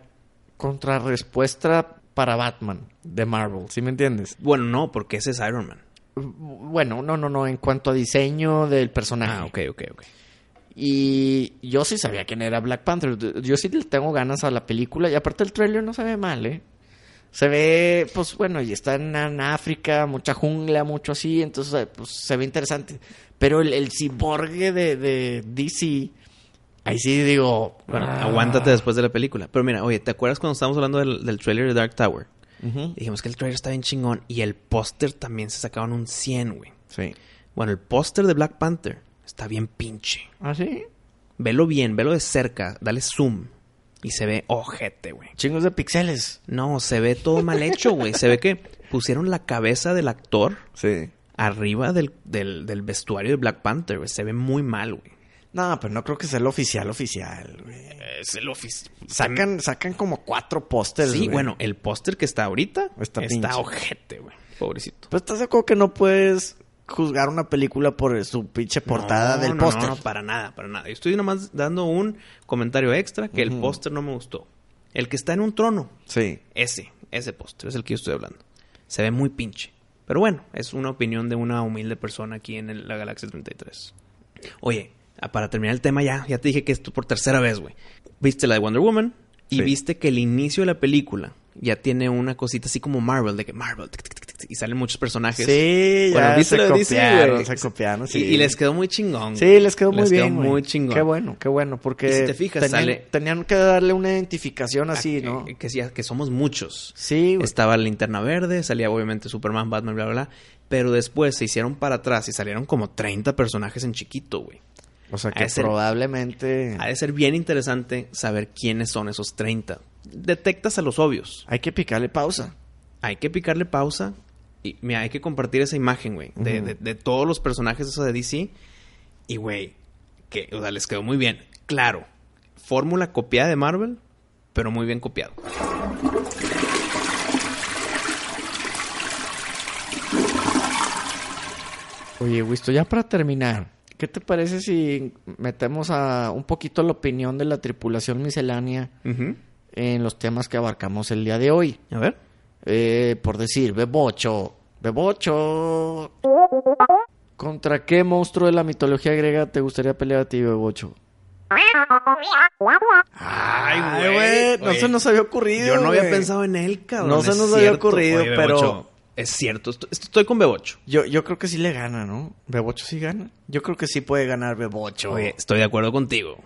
contrarrespuesta para Batman de Marvel, ¿sí me entiendes?
Bueno, no, porque ese es Iron Man.
Bueno, no, no, no, en cuanto a diseño del personaje.
Ah, ok, ok, ok.
Y yo sí sabía quién era Black Panther. Yo sí le tengo ganas a la película. Y aparte el trailer no se ve mal, ¿eh? Se ve, pues bueno, y está en, en África, mucha jungla, mucho así. Entonces, eh, pues se ve interesante. Pero el, el ciborgue de, de DC, ahí sí digo...
Bueno,
ah.
aguántate después de la película. Pero mira, oye, ¿te acuerdas cuando estábamos hablando del, del trailer de Dark Tower?
Ujú.
Dijimos que el trailer está bien chingón y el póster también se sacaban un 100, güey.
Sí.
Bueno, el póster de Black Panther está bien pinche.
¿Ah, sí?
Velo bien, velo de cerca, dale zoom y se ve ojete, güey.
Chingos de pixeles.
No, se ve todo mal hecho, güey. Se ve que pusieron la cabeza del actor
Sí.
arriba del, del- del vestuario de Black Panther, güey. Se ve muy mal, güey.
No, pero no creo que sea el oficial oficial, güey.
Es el office.
Sacan, sacan como cuatro pósters,
Em, Sí,
güey.
bueno, el póster que está ahorita
Está
está,
pinche.
ojete, güey. Pobrecito.
Pues estás de acuerdo que no puedes juzgar una película por su pinche portada
No,
del
no,
póster.
No, no, para nada, para nada. Yo estoy nomás dando un comentario extra que el póster no me gustó. El que está en un trono,
Sí.
ese, ese póster es el que yo estoy hablando. Se ve muy pinche. Pero bueno, es una opinión de una humilde persona aquí en el- la Galaxia 33. Oye, ah, para terminar el tema ya, ya te dije que esto por tercera vez, güey. Viste la de Wonder Woman y
Sí.
viste que el inicio de la película ya tiene una cosita así como Marvel, de que Marvel, tic, tic, tic, tic, tic, y salen muchos personajes.
Sí,
Bueno,
ya
¿viste
se
lo de DC,
copiaron,
güey?
se copiaron, sí.
Y, y les quedó muy chingón.
Sí,
güey.
les quedó muy
les
bien.
Quedó
güey.
muy chingón.
Qué bueno, qué bueno, porque
Y si te fijas,
tenían,
sale-
tenían que darle una identificación
Ah, este,
así,
que-
¿no?
Que, sí, que somos muchos.
Sí, güey.
Estaba la linterna verde, salía obviamente Superman, Batman, bla, bla, bla. Pero después se hicieron para atrás y salieron como 30 personajes en chiquito, güey.
O sea
ha
que
de ser-
probablemente
Ha de ser bien interesante saber quiénes son esos 30. Detectas a los obvios.
hay que picarle pausa.
Hay que picarle pausa y mira, hay que compartir esa imagen, güey, de,
Ujú.
de- de todos los personajes esos de DC. Y, güey, que, o sea, les quedó muy bien. Claro, fórmula copiada de Marvel, pero muy bien copiado.
Oye, Wisto, ya para terminar, ¿qué te parece si metemos a un poquito la opinión de la tripulación miscelánea
Ujú.
en los temas que abarcamos el día de hoy?
A ver.
Eh, por decir, Bebocho, Bebocho. ¿Contra qué monstruo de la mitología griega te gustaría pelear a ti, Bebocho?
Ay, Oye,
había ocurrido.
Yo no había pensado en él, cabrón.
No se
Es
nos había
cierto.
ocurrido,
Oye,
pero-
Bebocho, Es cierto, estoy, estoy con Bebocho.
Yo, yo creo que sí le gana, ¿no? ¿Bebocho sí gana? Yo creo que sí puede ganar Bebocho.
Oye, estoy de acuerdo contigo.